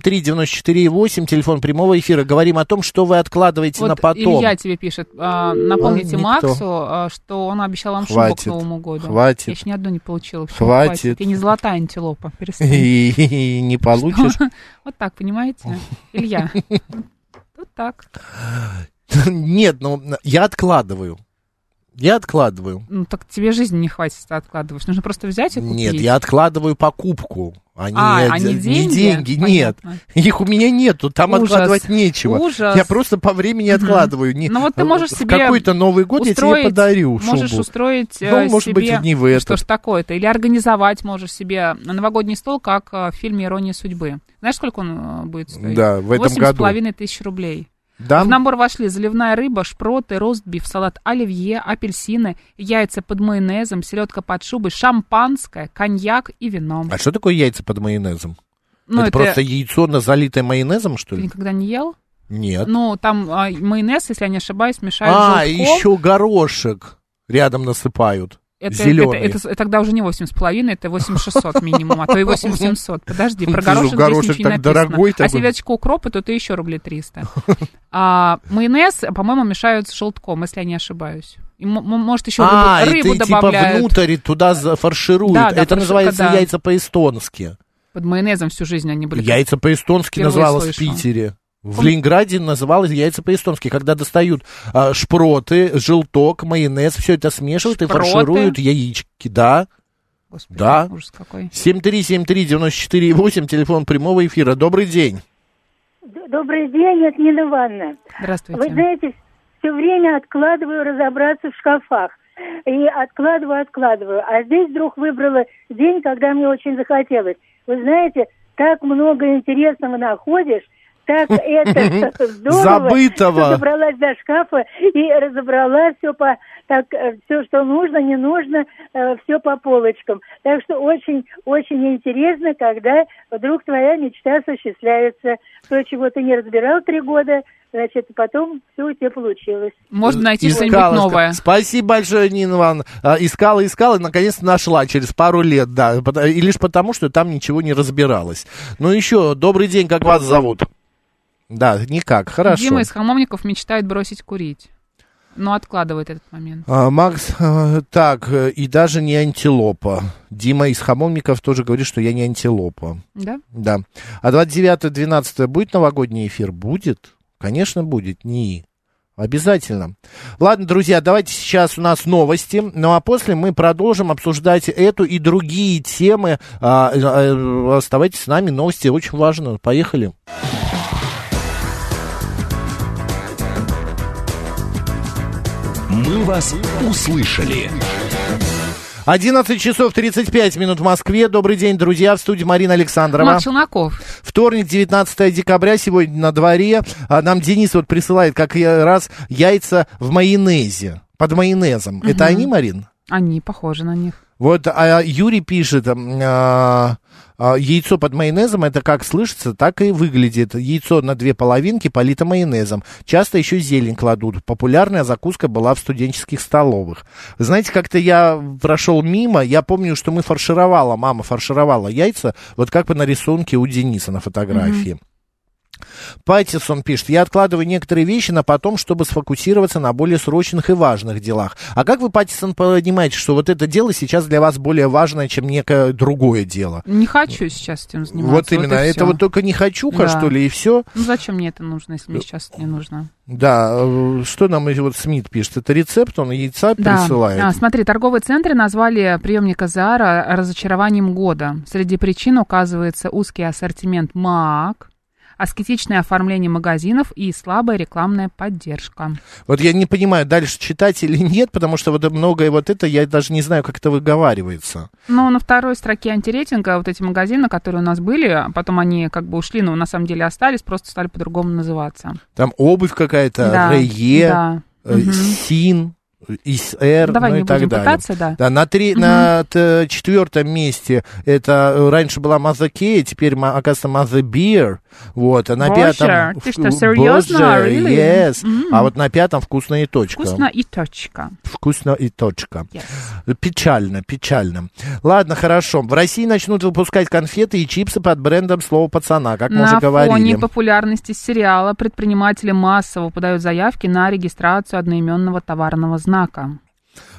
[SPEAKER 3] 7373948, телефон прямого эфира. Говорим о том, что вы откладываете
[SPEAKER 1] вот
[SPEAKER 3] на потом.
[SPEAKER 1] Илья тебе пишет, а, напомните
[SPEAKER 3] Он никто.
[SPEAKER 1] Максу, а, что он обещал вам шубу
[SPEAKER 3] Хватит,
[SPEAKER 1] к Новому году.
[SPEAKER 3] хватит.
[SPEAKER 1] Я еще ни одну не получила. Всё,
[SPEAKER 3] Хватит.
[SPEAKER 1] И не золотая антилопа. Перестань.
[SPEAKER 3] И не получишь.
[SPEAKER 1] Вот так, понимаете? Илья. Вот так.
[SPEAKER 3] Нет, ну я откладываю. Я откладываю.
[SPEAKER 1] Ну так тебе жизни не хватит, если ты откладываешь. Нужно просто взять и купить.
[SPEAKER 3] Нет, я откладываю покупку. Они,
[SPEAKER 1] А,
[SPEAKER 3] не-
[SPEAKER 1] а не
[SPEAKER 3] Не
[SPEAKER 1] деньги?
[SPEAKER 3] деньги, нет.
[SPEAKER 1] Понятно.
[SPEAKER 3] Их у меня нету, там
[SPEAKER 1] Ужас.
[SPEAKER 3] откладывать нечего.
[SPEAKER 1] Ужас.
[SPEAKER 3] Я просто по времени откладываю. Не- э,
[SPEAKER 1] Ну вот ты можешь
[SPEAKER 3] в
[SPEAKER 1] себе
[SPEAKER 3] какой-то Новый год я тебе
[SPEAKER 1] устроить-
[SPEAKER 3] подарю
[SPEAKER 1] Можешь
[SPEAKER 3] шубу.
[SPEAKER 1] устроить э,
[SPEAKER 3] Ну, может
[SPEAKER 1] себе...
[SPEAKER 3] быть, и не в этот.
[SPEAKER 1] Что ж такое-то? Или организовать можешь себе новогодний стол, как э, в фильме «Ирония судьбы». Знаешь, сколько он э, будет стоить?
[SPEAKER 3] Да, в этом
[SPEAKER 1] Восемь с
[SPEAKER 3] году. А
[SPEAKER 1] половиной тысяч рублей.
[SPEAKER 3] Да?
[SPEAKER 1] В набор вошли заливная рыба, шпроты, ростбиф, салат оливье, апельсины, яйца под майонезом, селедка под шубой, шампанское, коньяк и вино.
[SPEAKER 3] А что такое яйца под майонезом?
[SPEAKER 1] Ну,
[SPEAKER 3] это, просто яйцо, на- залитое майонезом, что
[SPEAKER 1] Ты
[SPEAKER 3] ли?
[SPEAKER 1] никогда не ел?
[SPEAKER 3] Нет.
[SPEAKER 1] Ну, там а, майонез, если я не ошибаюсь, мешают
[SPEAKER 3] а,
[SPEAKER 1] желтком.
[SPEAKER 3] еще горошек рядом насыпают.
[SPEAKER 1] Это,
[SPEAKER 3] зелёный.
[SPEAKER 1] это- это- это тогда уже не 8,5, это 8600 минимум, а то и 8700. Подожди, про
[SPEAKER 3] Ты же,
[SPEAKER 1] горошек,
[SPEAKER 3] горошек
[SPEAKER 1] здесь ничего не
[SPEAKER 3] так
[SPEAKER 1] написано.
[SPEAKER 3] дорогой
[SPEAKER 1] а
[SPEAKER 3] такой.
[SPEAKER 1] селедочку укропа, то ты еще рублей 300. А, майонез, по-моему, мешают с желтком, если я не ошибаюсь. И, м- м- может, еще
[SPEAKER 3] а,
[SPEAKER 1] рыбу, рыбу
[SPEAKER 3] это типа
[SPEAKER 1] добавляют.
[SPEAKER 3] внутрь туда за- фаршируют.
[SPEAKER 1] Да, да,
[SPEAKER 3] это
[SPEAKER 1] фаршировка,
[SPEAKER 3] называется
[SPEAKER 1] да.
[SPEAKER 3] яйца по-эстонски.
[SPEAKER 1] Под майонезом всю жизнь они были.
[SPEAKER 3] Яйца по-эстонски
[SPEAKER 1] Впервые
[SPEAKER 3] называлось в
[SPEAKER 1] слышу.
[SPEAKER 3] Питере. В Ленинграде называлось яйца по-эстонски, когда достают а, шпроты, желток, майонез, все это смешивают и
[SPEAKER 1] Шпроты?
[SPEAKER 3] фаршируют яички, да.
[SPEAKER 1] Господи,
[SPEAKER 3] Да.
[SPEAKER 1] ужас какой.
[SPEAKER 3] 7373948, телефон прямого эфира. Добрый день.
[SPEAKER 5] Добрый день, это Нина Ивановна.
[SPEAKER 1] Здравствуйте.
[SPEAKER 5] Вы знаете, все время откладываю разобраться в шкафах. И откладываю, откладываю. А здесь вдруг выбрала день, когда мне очень захотелось. Вы знаете, так много интересного находишь, так это здорово.
[SPEAKER 3] Забытого.
[SPEAKER 5] что Добралась до шкафа и разобрала все по так все, что нужно, не нужно, все по полочкам. Так что очень, очень интересно, когда вдруг твоя мечта осуществляется. То, чего ты не разбирал три года, значит, потом все у тебя получилось.
[SPEAKER 1] Можно найти
[SPEAKER 3] Искала,
[SPEAKER 1] что-нибудь
[SPEAKER 3] искала.
[SPEAKER 1] новое.
[SPEAKER 3] Спасибо большое, Нина Ивановна. А, Искала, искала, и наконец нашла через пару лет, да. Пот- И лишь потому, что там ничего не разбиралось. Ну еще, добрый день, как вас зовут? Да, никак, хорошо.
[SPEAKER 1] Дима из Хамовников мечтает бросить курить, но откладывает этот момент.
[SPEAKER 3] А, Макс, э, так, э, и даже не антилопа. Дима из Хамовников тоже говорит, что я не антилопа.
[SPEAKER 1] Да?
[SPEAKER 3] Да. А 29-12 будет новогодний эфир? Будет. Конечно, будет. НИИ. Обязательно. Ладно, друзья, давайте сейчас у нас новости. Ну а после мы продолжим обсуждать эту и другие темы. А, э, э, оставайтесь с нами, новости очень важно. Поехали.
[SPEAKER 2] «Мы вас услышали».
[SPEAKER 3] 11 часов 35 минут в Москве. Добрый день, друзья. В студии Марина Александрова.
[SPEAKER 1] Марк Челноков.
[SPEAKER 3] Вторник, 19 декабря, сегодня на дворе. А Нам Денис вот присылает как я- раз яйца в майонезе, под майонезом. Это они, Марин?
[SPEAKER 1] Они похожи на них.
[SPEAKER 3] Вот а, Юрий пишет, м, а, а, яйцо под майонезом, это как слышится, так и выглядит. Яйцо на две половинки полито майонезом. Часто еще зелень кладут. Популярная закуска была в студенческих столовых. Знаете, как-то я прошел мимо, я помню, что мы фаршировала, мама фаршировала яйца, вот как по нарисунке у Дениса на фотографии. Паттисон пишет, я откладываю некоторые вещи на потом, чтобы сфокусироваться на более срочных и важных делах. А как вы, Паттисон, понимаете, что вот это дело сейчас для вас более важное, чем некое другое дело?
[SPEAKER 1] Не хочу сейчас этим заниматься.
[SPEAKER 3] Вот именно, а
[SPEAKER 1] и
[SPEAKER 3] это
[SPEAKER 1] всё.
[SPEAKER 3] вот только не хочуха,
[SPEAKER 1] Да.
[SPEAKER 3] что ли, и все.
[SPEAKER 1] Ну зачем мне это нужно, если мне
[SPEAKER 3] Ну,
[SPEAKER 1] сейчас это не нужно?
[SPEAKER 3] Да, э, что нам э, вот Смит пишет, это рецепт, он яйца присылает.
[SPEAKER 1] А, смотри, торговые центры назвали приемника Зара разочарованием года. Среди причин указывается узкий ассортимент МАК, аскетичное оформление магазинов и слабая рекламная поддержка.
[SPEAKER 3] Вот я не понимаю, дальше читать или нет, потому что вот многое вот это, я даже не знаю, как это выговаривается.
[SPEAKER 1] Но на второй строке антирейтинга вот эти магазины, которые у нас были, а потом они как бы ушли, но на самом деле остались, просто стали по-другому называться.
[SPEAKER 3] Там обувь какая-то,
[SPEAKER 1] Да,
[SPEAKER 3] РЕ,
[SPEAKER 1] да.
[SPEAKER 3] э, СИН, ИСР,
[SPEAKER 1] Давай
[SPEAKER 3] ну
[SPEAKER 1] не
[SPEAKER 3] и так
[SPEAKER 1] будем
[SPEAKER 3] далее.
[SPEAKER 1] пытаться, да.
[SPEAKER 3] Да, на, три, на т- четвертом месте это э, раньше была Маза Кей, теперь, ма- оказывается, Маза Бир. Вот, а на
[SPEAKER 1] Боже,
[SPEAKER 3] пятом...
[SPEAKER 1] ты что,
[SPEAKER 3] вку-
[SPEAKER 1] серьезно?
[SPEAKER 3] Боже,
[SPEAKER 1] Really?
[SPEAKER 3] yes.
[SPEAKER 1] М.
[SPEAKER 3] А вот на пятом вкусная и точка.
[SPEAKER 1] Вкусно и точка.
[SPEAKER 3] Вкусно и точка.
[SPEAKER 1] Yes.
[SPEAKER 3] Печально, печально. Ладно, хорошо. В России начнут выпускать конфеты и чипсы под брендом «Слово пацана», как мы
[SPEAKER 1] на
[SPEAKER 3] уже говорили.
[SPEAKER 1] фоне популярности сериала предприниматели массово подают заявки на регистрацию одноименного товарного знака.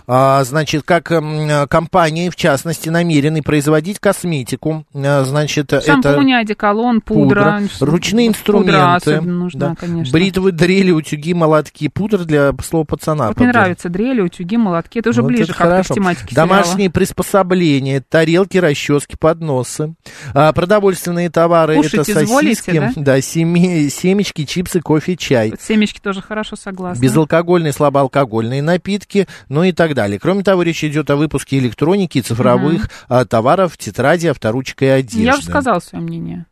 [SPEAKER 3] А, значит, как эм, э, компании, в частности, намерены производить косметику. Э, Значит, э, это...
[SPEAKER 1] Шампунь, одеколон, пудра.
[SPEAKER 3] ручные инструменты,
[SPEAKER 1] Пудра особенно нужна,
[SPEAKER 3] да,
[SPEAKER 1] конечно.
[SPEAKER 3] бритвы, дрели, утюги, молотки, пудра для слова пацана.
[SPEAKER 1] Вот мне
[SPEAKER 3] подбор.
[SPEAKER 1] нравятся дрели, утюги, молотки. Это уже
[SPEAKER 3] Ну, Вот
[SPEAKER 1] ближе
[SPEAKER 3] это
[SPEAKER 1] как-то
[SPEAKER 3] хорошо.
[SPEAKER 1] к тематике
[SPEAKER 3] Домашние приспособления, тарелки, расчески, подносы. А, продовольственные товары
[SPEAKER 1] Кушать
[SPEAKER 3] это
[SPEAKER 1] изволите,
[SPEAKER 3] сосиски, семи- семечки, чипсы, кофе, чай.
[SPEAKER 1] сериала. Семечки тоже хорошо согласна.
[SPEAKER 3] Безалкогольные, слабоалкогольные напитки, ну и так далее. Кроме того, речь идет о выпуске электроники, и цифровых а, товаров, тетради, авторучка и одежды.
[SPEAKER 1] Я уже сказала свое мнение.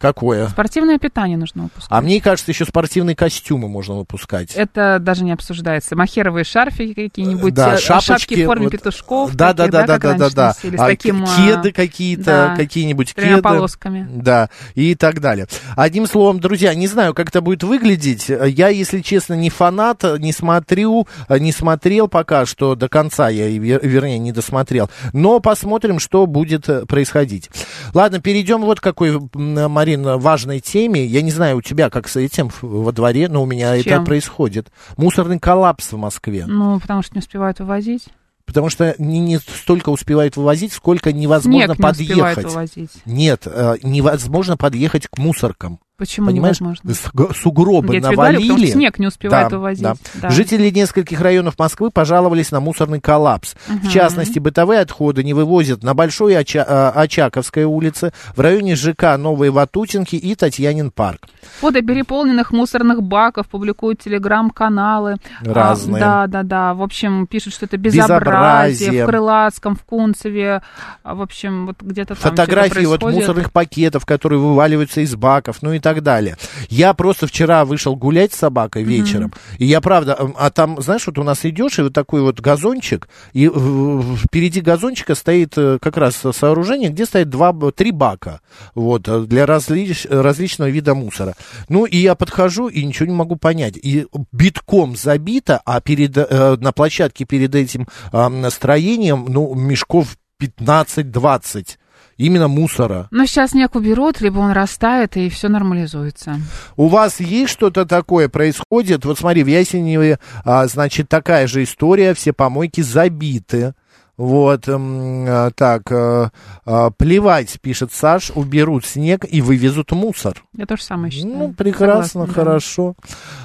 [SPEAKER 3] Какое?
[SPEAKER 1] Спортивное питание нужно выпускать.
[SPEAKER 3] А мне кажется, еще спортивные костюмы можно выпускать.
[SPEAKER 1] Это даже не обсуждается. Махеровые шарфики какие-нибудь,
[SPEAKER 3] Да,
[SPEAKER 1] э,
[SPEAKER 3] шапочки,
[SPEAKER 1] шапки в форме
[SPEAKER 3] вот,
[SPEAKER 1] петушков.
[SPEAKER 3] Да, да,
[SPEAKER 1] такие,
[SPEAKER 3] да, да,
[SPEAKER 1] как
[SPEAKER 3] да, да,
[SPEAKER 1] раньше
[SPEAKER 3] да.
[SPEAKER 1] носили, с
[SPEAKER 3] А,
[SPEAKER 1] таким,
[SPEAKER 3] к-
[SPEAKER 1] а,
[SPEAKER 3] кеды какие-то,
[SPEAKER 1] да,
[SPEAKER 3] какие-нибудь
[SPEAKER 1] с тремя
[SPEAKER 3] кеды.
[SPEAKER 1] полосками.
[SPEAKER 3] Да, и так далее. Одним словом, друзья, не знаю, как это будет выглядеть. Я, если честно, не фанат, не смотрю, не смотрел пока что до конца, я, и вер- вернее, не досмотрел. Но посмотрим, что будет э, происходить. Ладно, перейдем вот к какой, м, Марин, важной теме. Я не знаю, у тебя как с этим в- во дворе, но у меня
[SPEAKER 1] С
[SPEAKER 3] это
[SPEAKER 1] чем?
[SPEAKER 3] происходит. Мусорный коллапс в Москве.
[SPEAKER 1] Ну, потому что не успевают вывозить.
[SPEAKER 3] Потому что не, не столько успевают вывозить, сколько невозможно
[SPEAKER 1] Снег не успевают
[SPEAKER 3] подъехать.
[SPEAKER 1] увозить.
[SPEAKER 3] Нет, э, невозможно подъехать к мусоркам.
[SPEAKER 1] Почему Ну,
[SPEAKER 3] понимаешь?
[SPEAKER 1] невозможно?
[SPEAKER 3] Суг- Сугробы
[SPEAKER 1] Я тебе говорю,
[SPEAKER 3] навалили.
[SPEAKER 1] потому что снег не успевает
[SPEAKER 3] Да,
[SPEAKER 1] увозить.
[SPEAKER 3] да.
[SPEAKER 1] Да.
[SPEAKER 3] Жители нескольких районов Москвы пожаловались на мусорный коллапс. В частности, бытовые отходы не вывозят на Большой Оча- э, Очаковской улице, в районе ЖК Новые Ватутинки и Татьянин парк.
[SPEAKER 1] Фото переполненных мусорных баков публикуют телеграм-каналы. А,
[SPEAKER 3] Разные.
[SPEAKER 1] да, да, да. В общем, пишут, что это безобразие.
[SPEAKER 3] Безобразие.
[SPEAKER 1] В Крылатском, в Кунцеве. А, В общем, вот где-то там
[SPEAKER 3] фотографии
[SPEAKER 1] что-то
[SPEAKER 3] вот
[SPEAKER 1] происходит.
[SPEAKER 3] мусорных пакетов, которые вываливаются из баков, ну и так далее. Я просто вчера вышел гулять с собакой вечером, и я правда, эм, а там, знаешь, вот у нас идешь, и вот такой вот газончик, и э, впереди газончика стоит э, как раз сооружение, где стоит два, б- три бака, вот, э, для различ- различного вида мусора. Ну, и я подхожу, и ничего не могу понять. И битком забито, а перед, э, на площадке перед этим э, строением, ну, мешков 15-20 именно мусора.
[SPEAKER 1] Но сейчас снег уберут, либо он растает, и все нормализуется.
[SPEAKER 3] У вас есть что-то такое происходит? Вот смотри, в Ясеневе, а, значит, такая же история, все помойки забиты. Вот, эм, а, так, э, а, плевать, пишет Саш, уберут снег и вывезут мусор.
[SPEAKER 1] Я тоже самое считаю.
[SPEAKER 3] Ну, прекрасно,
[SPEAKER 1] Согласна, да.
[SPEAKER 3] хорошо.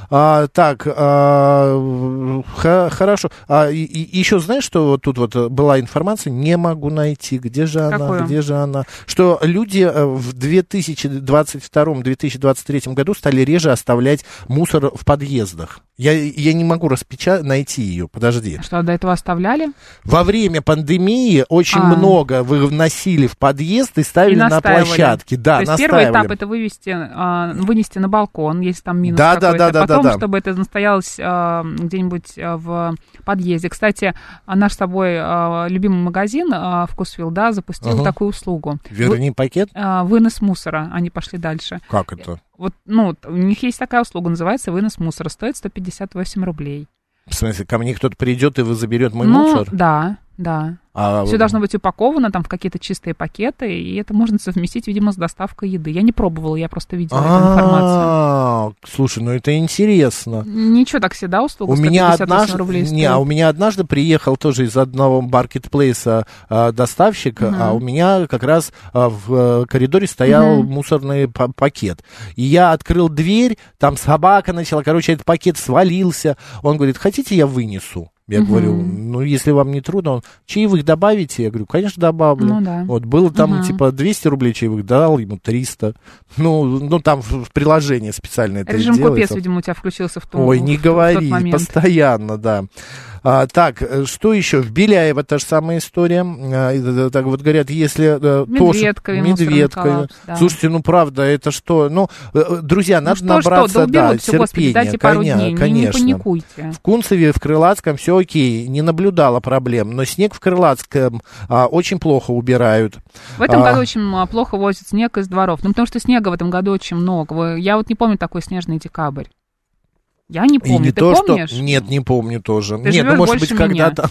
[SPEAKER 3] А, так, а, х- хорошо. А, и, еще знаешь, что вот тут вот э, была информация, не могу найти, где же она,
[SPEAKER 1] Какую?
[SPEAKER 3] где же она, что люди э, в 2022-2023 году стали реже оставлять мусор в подъездах. Я, я не могу распеча... найти ее, подожди.
[SPEAKER 1] Что, до этого оставляли?
[SPEAKER 3] Во время пандемии очень
[SPEAKER 1] А.
[SPEAKER 3] много выносили в подъезд и ставили
[SPEAKER 1] И
[SPEAKER 3] на
[SPEAKER 1] настаивали.
[SPEAKER 3] площадке. Да,
[SPEAKER 1] То есть
[SPEAKER 3] настаивали.
[SPEAKER 1] первый этап это вывести, а, вынести на балкон, если там минус
[SPEAKER 3] Да, да,
[SPEAKER 1] какой-то.
[SPEAKER 3] да, да, да,
[SPEAKER 1] Потом,
[SPEAKER 3] да.
[SPEAKER 1] чтобы это настоялось а, где-нибудь а, в подъезде. Кстати, а, наш с тобой а, любимый магазин а, Вкусвилл, да, запустил
[SPEAKER 3] Ага.
[SPEAKER 1] такую услугу. Вы-
[SPEAKER 3] Верни пакет.
[SPEAKER 1] а, вынос мусора, они пошли дальше.
[SPEAKER 3] Как это?
[SPEAKER 1] Вот, ну, у них есть такая услуга, называется вынос мусора, стоит 158 рублей.
[SPEAKER 3] В смысле, ко мне кто-то придет и вы- заберет мой
[SPEAKER 1] ну,
[SPEAKER 3] мусор?
[SPEAKER 1] да, да.
[SPEAKER 3] А,
[SPEAKER 1] Все должно быть упаковано там в какие-то чистые пакеты, и это можно совместить, видимо, с доставкой еды. Я не пробовала, я просто видела эту информацию.
[SPEAKER 3] А, Слушай, ну это интересно.
[SPEAKER 1] Ничего так всегда услуга
[SPEAKER 3] У меня
[SPEAKER 1] 158
[SPEAKER 3] однажды,
[SPEAKER 1] рублей
[SPEAKER 3] не, а у
[SPEAKER 1] стоит.
[SPEAKER 3] меня однажды приехал тоже из одного маркетплейса а, доставщик, а у меня как раз а, в э, коридоре стоял мусорный па- пакет. И я открыл дверь, там собака начала, короче, этот пакет свалился. Он говорит, хотите, я вынесу? Я говорю, ну, если вам не трудно, он, чаевых добавите? Я говорю, конечно, добавлю.
[SPEAKER 1] Ну да.
[SPEAKER 3] Вот, было там, типа, 200 рублей чаевых, дал ему 300. Ну, ну там в, в приложении специально это
[SPEAKER 1] Режим купец,
[SPEAKER 3] делается.
[SPEAKER 1] видимо, у тебя включился в том
[SPEAKER 3] Ой, не
[SPEAKER 1] в, тот
[SPEAKER 3] говори,
[SPEAKER 1] момент.
[SPEAKER 3] постоянно, да. А, так, э, что еще? В Беляево та же самая история. А, и, э, так вот говорят, если... э, то, что-
[SPEAKER 1] Медведкове,
[SPEAKER 3] Медведкове.
[SPEAKER 1] мусорный коллапс, да.
[SPEAKER 3] Слушайте, ну правда, это что? Ну, э, друзья,
[SPEAKER 1] Ну
[SPEAKER 3] надо
[SPEAKER 1] что,
[SPEAKER 3] набраться,
[SPEAKER 1] что, да,
[SPEAKER 3] да,
[SPEAKER 1] уберут все, господи,
[SPEAKER 3] терпения.
[SPEAKER 1] дайте пару
[SPEAKER 3] коня-
[SPEAKER 1] дней, не-
[SPEAKER 3] конечно.
[SPEAKER 1] не паникуйте.
[SPEAKER 3] В Кунцеве, в Крылатском все окей, не наблюдала проблем, но снег в Крылатском а, очень плохо убирают.
[SPEAKER 1] В этом
[SPEAKER 3] А,
[SPEAKER 1] году очень а, плохо возят снег из дворов. Ну, потому что снега в этом году очень много. Вы- Я вот не помню такой снежный декабрь. Я не
[SPEAKER 3] и
[SPEAKER 1] помню.
[SPEAKER 3] не
[SPEAKER 1] Ты
[SPEAKER 3] то,
[SPEAKER 1] помнишь?
[SPEAKER 3] что... Нет, не помню тоже.
[SPEAKER 1] Ты
[SPEAKER 3] Нет, ну,
[SPEAKER 1] живешь
[SPEAKER 3] может быть,
[SPEAKER 1] больше меня.
[SPEAKER 3] когда-то...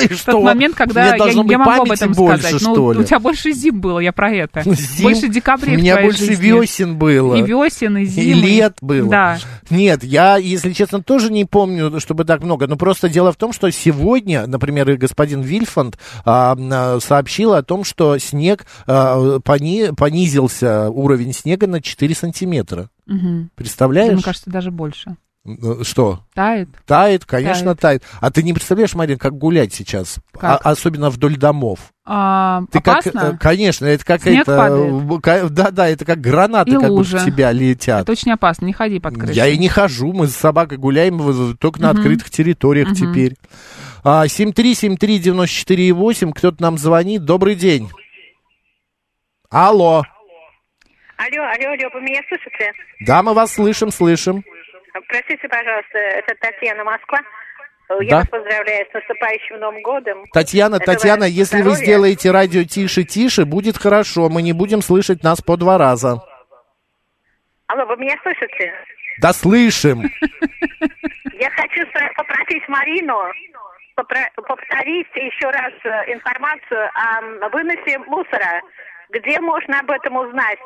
[SPEAKER 3] И
[SPEAKER 1] В тот момент, когда
[SPEAKER 3] Мне
[SPEAKER 1] я,
[SPEAKER 3] должно
[SPEAKER 1] я
[SPEAKER 3] быть
[SPEAKER 1] могу об
[SPEAKER 3] памяти
[SPEAKER 1] этом
[SPEAKER 3] больше,
[SPEAKER 1] сказать.
[SPEAKER 3] что
[SPEAKER 1] ну,
[SPEAKER 3] ли? Ну,
[SPEAKER 1] у тебя больше зим было, я про это.
[SPEAKER 3] Зим?
[SPEAKER 1] Больше декабрей
[SPEAKER 3] У
[SPEAKER 1] в
[SPEAKER 3] меня
[SPEAKER 1] твоей
[SPEAKER 3] больше
[SPEAKER 1] жизни.
[SPEAKER 3] весен было.
[SPEAKER 1] И весен, и
[SPEAKER 3] И
[SPEAKER 1] зимы.
[SPEAKER 3] лет было.
[SPEAKER 1] Да.
[SPEAKER 3] Нет, я, если честно, тоже не помню, чтобы так много. Но просто дело в том, что сегодня, например, и господин Вильфанд а, м, сообщил о том, что снег а, пони- понизился уровень снега на 4 сантиметра.
[SPEAKER 1] Мгм. Да,
[SPEAKER 3] Представляешь?
[SPEAKER 1] Мне кажется, даже больше.
[SPEAKER 3] Э, Что?
[SPEAKER 1] Тает.
[SPEAKER 3] Тает, конечно, тает. А ты не представляешь, Марин, как гулять сейчас,
[SPEAKER 1] Как?
[SPEAKER 3] А- особенно вдоль домов.
[SPEAKER 1] А,
[SPEAKER 3] Ты как,
[SPEAKER 1] опасно?
[SPEAKER 3] э, конечно, это как
[SPEAKER 1] Снег
[SPEAKER 3] это, да, да, это как гранаты,
[SPEAKER 1] И
[SPEAKER 3] как бы в
[SPEAKER 1] лужи.
[SPEAKER 3] тебя летят.
[SPEAKER 1] Это очень опасно. Не ходи под крышу.
[SPEAKER 3] Я и не хожу, мы с собакой гуляем в- в- только на открытых территориях теперь. А, 7373948, кто-то нам звонит. Добрый день. Алло.
[SPEAKER 5] Алло, алло, алло, вы меня слышите?
[SPEAKER 3] Да, мы вас слышим, слышим.
[SPEAKER 5] Простите, пожалуйста, это Татьяна Москва. Я
[SPEAKER 3] Да.
[SPEAKER 5] вас поздравляю с наступающим Новым годом.
[SPEAKER 3] Татьяна,
[SPEAKER 5] Это
[SPEAKER 3] Татьяна,
[SPEAKER 5] ваше
[SPEAKER 3] если вы
[SPEAKER 5] здоровье.
[SPEAKER 3] сделаете радио тише-тише, будет хорошо. Мы не будем слышать нас по два раза.
[SPEAKER 5] Алло, вы меня слышите?
[SPEAKER 3] Да слышим.
[SPEAKER 5] Я хочу с- попросить Марину попро- повторить еще раз э, информацию о м, выносе мусора. Где можно об этом узнать?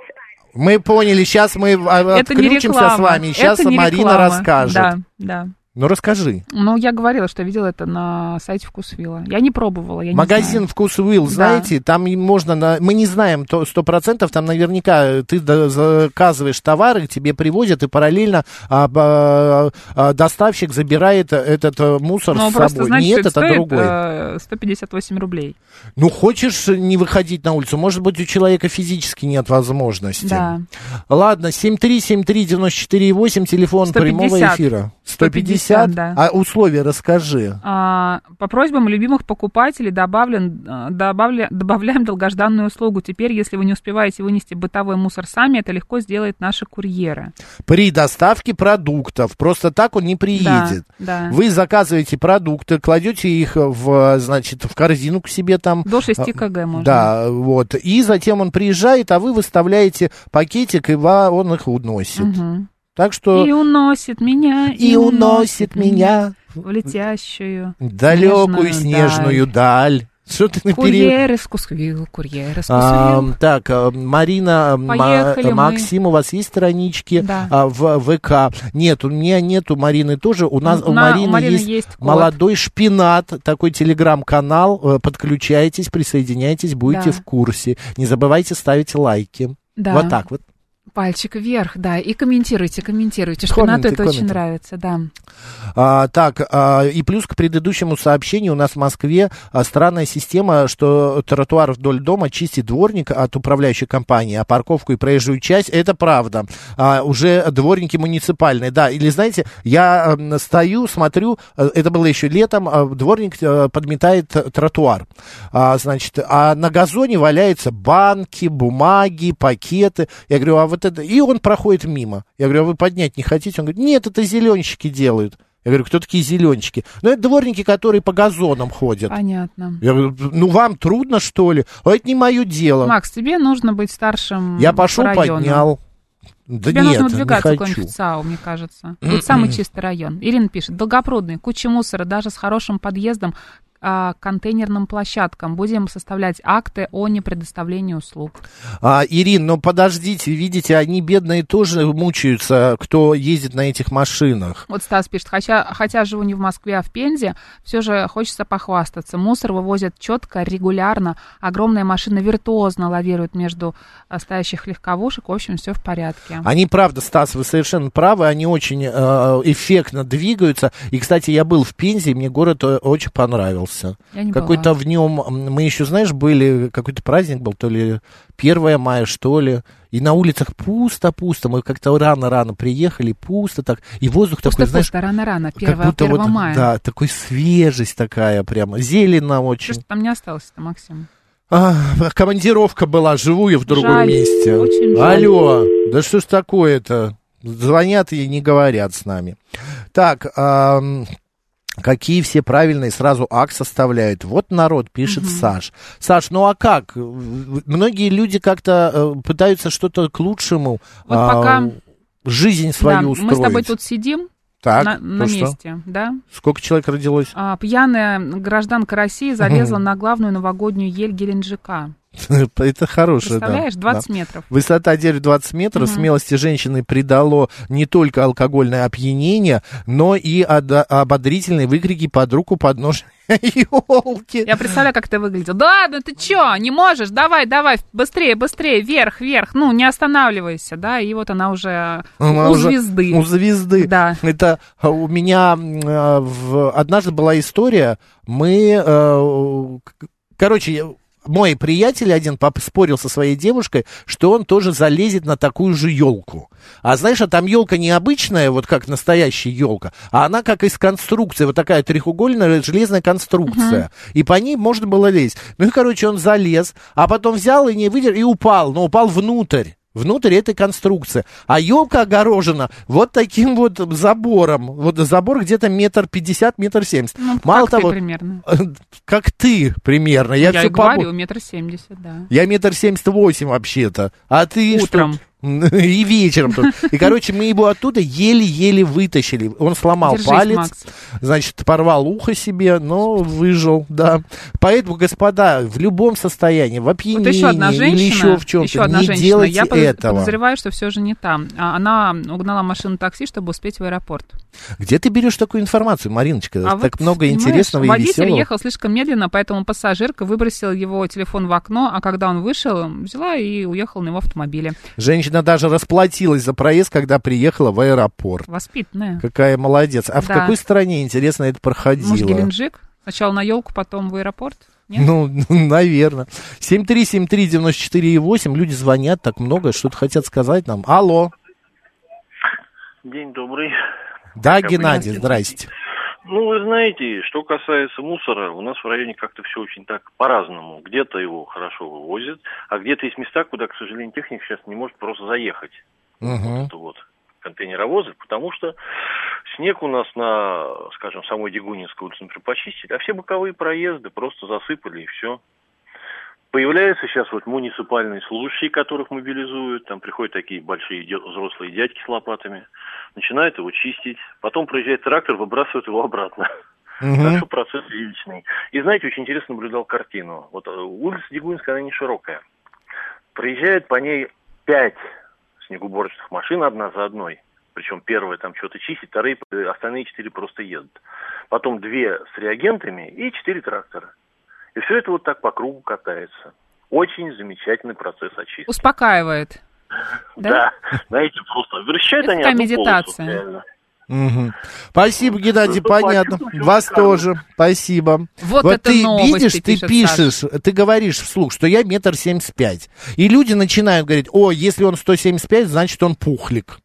[SPEAKER 3] Мы поняли, сейчас мы а,
[SPEAKER 1] Это не
[SPEAKER 3] отключимся
[SPEAKER 1] реклама.
[SPEAKER 3] с вами. Сейчас
[SPEAKER 1] это не
[SPEAKER 3] Марина
[SPEAKER 1] реклама.
[SPEAKER 3] расскажет.
[SPEAKER 1] Да, да.
[SPEAKER 3] Ну расскажи.
[SPEAKER 1] Ну, я говорила, что видела это на сайте Вкусвилла. Я не пробовала, я не
[SPEAKER 3] Магазин
[SPEAKER 1] знаю.
[SPEAKER 3] «Вкус Уилл», знаете, там и можно, на- мы не знаем то- сто процентов, там наверняка э, ты да- заказываешь товары, тебе привозят, и параллельно а, ба- а, доставщик забирает э, этот э, мусор
[SPEAKER 1] Ну,
[SPEAKER 3] с
[SPEAKER 1] просто,
[SPEAKER 3] собой.
[SPEAKER 1] знаешь,
[SPEAKER 3] не
[SPEAKER 1] что
[SPEAKER 3] этот,
[SPEAKER 1] это
[SPEAKER 3] а
[SPEAKER 1] стоит
[SPEAKER 3] другой.
[SPEAKER 1] э, 158 рублей.
[SPEAKER 3] Ну, хочешь э, не выходить на улицу, может быть, у человека физически нет возможности.
[SPEAKER 1] Да.
[SPEAKER 3] Ладно, 7373948, телефон прямого
[SPEAKER 1] 150.
[SPEAKER 3] эфира.
[SPEAKER 1] 150, да.
[SPEAKER 3] А условия расскажи.
[SPEAKER 1] А, по просьбам любимых покупателей добавлен, а, добавля- добавляем долгожданную услугу. Теперь, если вы не успеваете вынести бытовой мусор сами, это легко сделают наши курьеры.
[SPEAKER 3] при доставке продуктов. Просто так он не приедет.
[SPEAKER 1] Да, да.
[SPEAKER 3] Вы заказываете продукты, кладете их в, значит, в корзину к себе там.
[SPEAKER 1] До 6
[SPEAKER 3] А,
[SPEAKER 1] кг можно.
[SPEAKER 3] Да, вот. И затем он приезжает, а вы выставляете пакетик, и ва- он их уносит. Так что
[SPEAKER 1] И уносит меня,
[SPEAKER 3] Э, и, уносит меня
[SPEAKER 1] в летящую
[SPEAKER 3] в далекую
[SPEAKER 1] снежную
[SPEAKER 3] снежную даль. Что ты на пере-
[SPEAKER 1] Курьеры с Кусквилл, курьеры с
[SPEAKER 3] А,
[SPEAKER 1] Кусквилл.
[SPEAKER 3] так, э, Марина, э, Ма-
[SPEAKER 1] Поехали мы.
[SPEAKER 3] Максим, у вас есть странички
[SPEAKER 1] Да.
[SPEAKER 3] а, в ВК? Нет, у меня нет, у Марины тоже. У нас у
[SPEAKER 1] На- у
[SPEAKER 3] Марины,
[SPEAKER 1] Марины
[SPEAKER 3] есть,
[SPEAKER 1] есть код.
[SPEAKER 3] молодой шпинат, такой телеграм-канал. Э, Подключайтесь, присоединяйтесь, будете
[SPEAKER 1] Да.
[SPEAKER 3] в курсе. Не забывайте ставить лайки.
[SPEAKER 1] Да.
[SPEAKER 3] Вот так вот.
[SPEAKER 1] Пальчик вверх, да. И комментируйте, комментируйте. Шпинату
[SPEAKER 3] Комменты,
[SPEAKER 1] это очень
[SPEAKER 3] комменты.
[SPEAKER 1] нравится, да.
[SPEAKER 3] А, так, а, и плюс к предыдущему сообщению у нас в Москве а, странная система, что тротуар вдоль дома чистит дворник от управляющей компании, а парковку и проезжую часть, это правда. А, уже дворники муниципальные, да. Или, знаете, я м, стою, смотрю, э, это было еще летом, а, дворник э, подметает э, тротуар. А, значит, а на газоне валяются банки, бумаги, пакеты. Я говорю, а вот это... И он проходит мимо. Я говорю, а вы поднять не хотите? Он говорит, нет, это зеленщики делают. Я говорю, кто такие зеленчики? Ну, это дворники, которые по газонам ходят.
[SPEAKER 1] А Понятно.
[SPEAKER 3] Я говорю, ну вам трудно, что ли? А это не мое дело.
[SPEAKER 1] Макс, тебе нужно быть старшим
[SPEAKER 3] Я пошел,
[SPEAKER 1] по району.
[SPEAKER 3] поднял. Да
[SPEAKER 1] Тебе
[SPEAKER 3] нет,
[SPEAKER 1] нужно
[SPEAKER 3] не
[SPEAKER 1] выдвигаться
[SPEAKER 3] хочу. М-м-м.
[SPEAKER 1] куда-нибудь в ЦАУ, мне кажется. Будет самый чистый район. Ирина пишет. Долгопрудный, куча мусора, даже с хорошим подъездом а, к контейнерным площадкам. Будем составлять акты о непредоставлении услуг.
[SPEAKER 3] А, Ирин, ну подождите, видите, они бедные тоже мучаются, кто ездит на этих машинах.
[SPEAKER 1] Вот Стас пишет, хотя, хотя живу не в Москве, а в Пензе, все же хочется похвастаться. Мусор вывозят четко, регулярно. Огромная машина виртуозно лавирует между а, стоящих легковушек. В общем, все в порядке.
[SPEAKER 3] Они, правда, Стас, вы совершенно правы, они очень э, эффектно двигаются. И, кстати, я был в Пензе, и мне город э, очень понравился.
[SPEAKER 1] Я не
[SPEAKER 3] Какой-то
[SPEAKER 1] была.
[SPEAKER 3] в нем, м, мы еще, знаешь, были, какой-то праздник был, то ли 1 мая, что ли. И на улицах пусто-пусто. Мы как-то рано-рано приехали, пусто так. И воздух такой, знаешь,
[SPEAKER 1] Пусто-пусто, рано-рано, 1,
[SPEAKER 3] как будто вот,
[SPEAKER 1] мая.
[SPEAKER 3] да, такой свежесть такая прямо, зелено
[SPEAKER 1] Что
[SPEAKER 3] очень.
[SPEAKER 1] ж ты там не осталось-то, Максим?
[SPEAKER 3] А, командировка была, живу я в другом
[SPEAKER 1] Жаль,
[SPEAKER 3] месте.
[SPEAKER 1] очень жаль.
[SPEAKER 3] Алло, да что ж такое-то? Звонят и не говорят с нами. Так, ам, какие все правильные сразу акт составляют? Вот народ пишет Саш. Саш, ну а как? В- Многие люди как-то э, пытаются что-то к лучшему.
[SPEAKER 1] Вот
[SPEAKER 3] а,
[SPEAKER 1] пока-
[SPEAKER 3] Жизнь
[SPEAKER 1] Да,
[SPEAKER 3] свою
[SPEAKER 1] мы
[SPEAKER 3] устроить.
[SPEAKER 1] с тобой тут сидим
[SPEAKER 3] так,
[SPEAKER 1] на, на
[SPEAKER 3] А, то что?
[SPEAKER 1] месте, да?
[SPEAKER 3] Сколько человек родилось?
[SPEAKER 1] А, пьяная гражданка России залезла на главную новогоднюю ель Геленджика.
[SPEAKER 3] Это хорошее, да.
[SPEAKER 1] Представляешь,
[SPEAKER 3] да.
[SPEAKER 1] 20 метров.
[SPEAKER 3] Высота дерева 20 метров смелости женщины придало не только алкогольное опьянение, но и ода- ободрительные выкрики под руку под нож елки.
[SPEAKER 1] Я представляю, как ты выглядел. Да, да ты чё, не можешь, давай, давай, быстрее, быстрее, вверх, вверх, ну, не останавливайся, да, и вот она уже
[SPEAKER 3] Ну, Она
[SPEAKER 1] у
[SPEAKER 3] уже-
[SPEAKER 1] звезды.
[SPEAKER 3] У звезды.
[SPEAKER 1] Да.
[SPEAKER 3] Это а, у меня м, а, в- однажды была история. Мы, э, к- короче, я- мой приятель один поспорил со своей девушкой, что он тоже залезет на такую же елку. А знаешь, а там елка не обычная, вот как настоящая елка, а она как из конструкции, вот такая треугольная железная конструкция. И по ней можно было лезть. Ну и, короче, он залез, а потом взял и не выдержал, и упал, но упал внутрь внутрь этой конструкции. А елка огорожена вот таким вот забором. Вот забор где-то метр пятьдесят, метр семьдесят.
[SPEAKER 1] Ну,
[SPEAKER 3] Мало
[SPEAKER 1] как ты
[SPEAKER 3] того,
[SPEAKER 1] примерно.
[SPEAKER 3] как ты примерно. Я,
[SPEAKER 1] Я,
[SPEAKER 3] всё
[SPEAKER 1] и говорю,
[SPEAKER 3] побо-
[SPEAKER 1] метр семьдесят, да.
[SPEAKER 3] Я метр семьдесят восемь вообще-то. А ты что?
[SPEAKER 1] Утром.
[SPEAKER 3] И вечером. тоже. И, короче, мы его оттуда еле-еле вытащили. Он сломал
[SPEAKER 1] Держись,
[SPEAKER 3] палец,
[SPEAKER 1] Макс.
[SPEAKER 3] значит, порвал ухо себе, но выжил, да. Поэтому, господа, в любом состоянии, в опьянении
[SPEAKER 1] Вот еще одна женщина,
[SPEAKER 3] или еще ну в чем-то,
[SPEAKER 1] еще одна
[SPEAKER 3] не
[SPEAKER 1] женщина.
[SPEAKER 3] делайте
[SPEAKER 1] Я подоз-
[SPEAKER 3] этого.
[SPEAKER 1] подозреваю, что все же не там. А, Она угнала машину такси, чтобы успеть в аэропорт.
[SPEAKER 3] Где ты берешь такую информацию, Мариночка?
[SPEAKER 1] А
[SPEAKER 3] так
[SPEAKER 1] вот,
[SPEAKER 3] много
[SPEAKER 1] понимаешь,
[SPEAKER 3] интересного и
[SPEAKER 1] Водитель
[SPEAKER 3] веселого.
[SPEAKER 1] ехал слишком медленно, поэтому пассажирка выбросила его телефон в окно, а когда он вышел, взяла и уехала на его автомобиле.
[SPEAKER 3] Женщина даже расплатилась за проезд, когда приехала в аэропорт.
[SPEAKER 1] Воспитанная.
[SPEAKER 3] Какая молодец. А в
[SPEAKER 1] Да.
[SPEAKER 3] какой стране, интересно, это проходило?
[SPEAKER 1] Может, Геленджик? Сначала на елку, потом в аэропорт? Нет?
[SPEAKER 3] Ну, наверное. 7373948, люди звонят так много, что-то хотят сказать нам. Алло.
[SPEAKER 4] День добрый.
[SPEAKER 3] Да,
[SPEAKER 4] Как
[SPEAKER 3] Геннадий,
[SPEAKER 4] обычно.
[SPEAKER 3] здрасте.
[SPEAKER 4] Ну, вы знаете, что касается мусора, у нас в районе как-то все очень так по-разному. Где-то его хорошо вывозят, а где-то есть места, куда, к сожалению, техник сейчас не может просто заехать.
[SPEAKER 3] Мгм.
[SPEAKER 4] Это вот контейнеровозы, потому что снег у нас на, скажем, самой Дегунинской улице, например, почистили, а все боковые проезды просто засыпали и все. Появляются сейчас вот муниципальные служащие, которых мобилизуют, там приходят такие большие де- взрослые дядьки с лопатами, начинают его чистить, потом проезжает трактор, выбрасывают его обратно. Так
[SPEAKER 3] Мгм.
[SPEAKER 4] что процесс личный. И знаете, очень интересно наблюдал картину. Вот э, улица Дегунинская, она не широкая. Проезжает по ней пять снегоуборочных машин одна за одной. Причем первая там что-то чистит, вторые, э, остальные четыре просто едут. Потом две с реагентами и четыре трактора. И все это вот так по кругу катается. Очень замечательный процесс очистки.
[SPEAKER 1] Успокаивает. Да?
[SPEAKER 6] Да. Знаете, просто вращают
[SPEAKER 1] Это
[SPEAKER 6] они
[SPEAKER 1] такая
[SPEAKER 6] одну
[SPEAKER 1] медитация.
[SPEAKER 6] полосу, реально.
[SPEAKER 3] Мгм. Спасибо, Геннадий, понятно. Вас тоже. Спасибо.
[SPEAKER 1] Вот это
[SPEAKER 3] ты
[SPEAKER 1] новости
[SPEAKER 3] видишь,
[SPEAKER 1] пишет
[SPEAKER 3] ты пишешь, ты говоришь вслух, что я метр семьдесят пять. И люди начинают говорить, о, если он 175, значит он пухлик.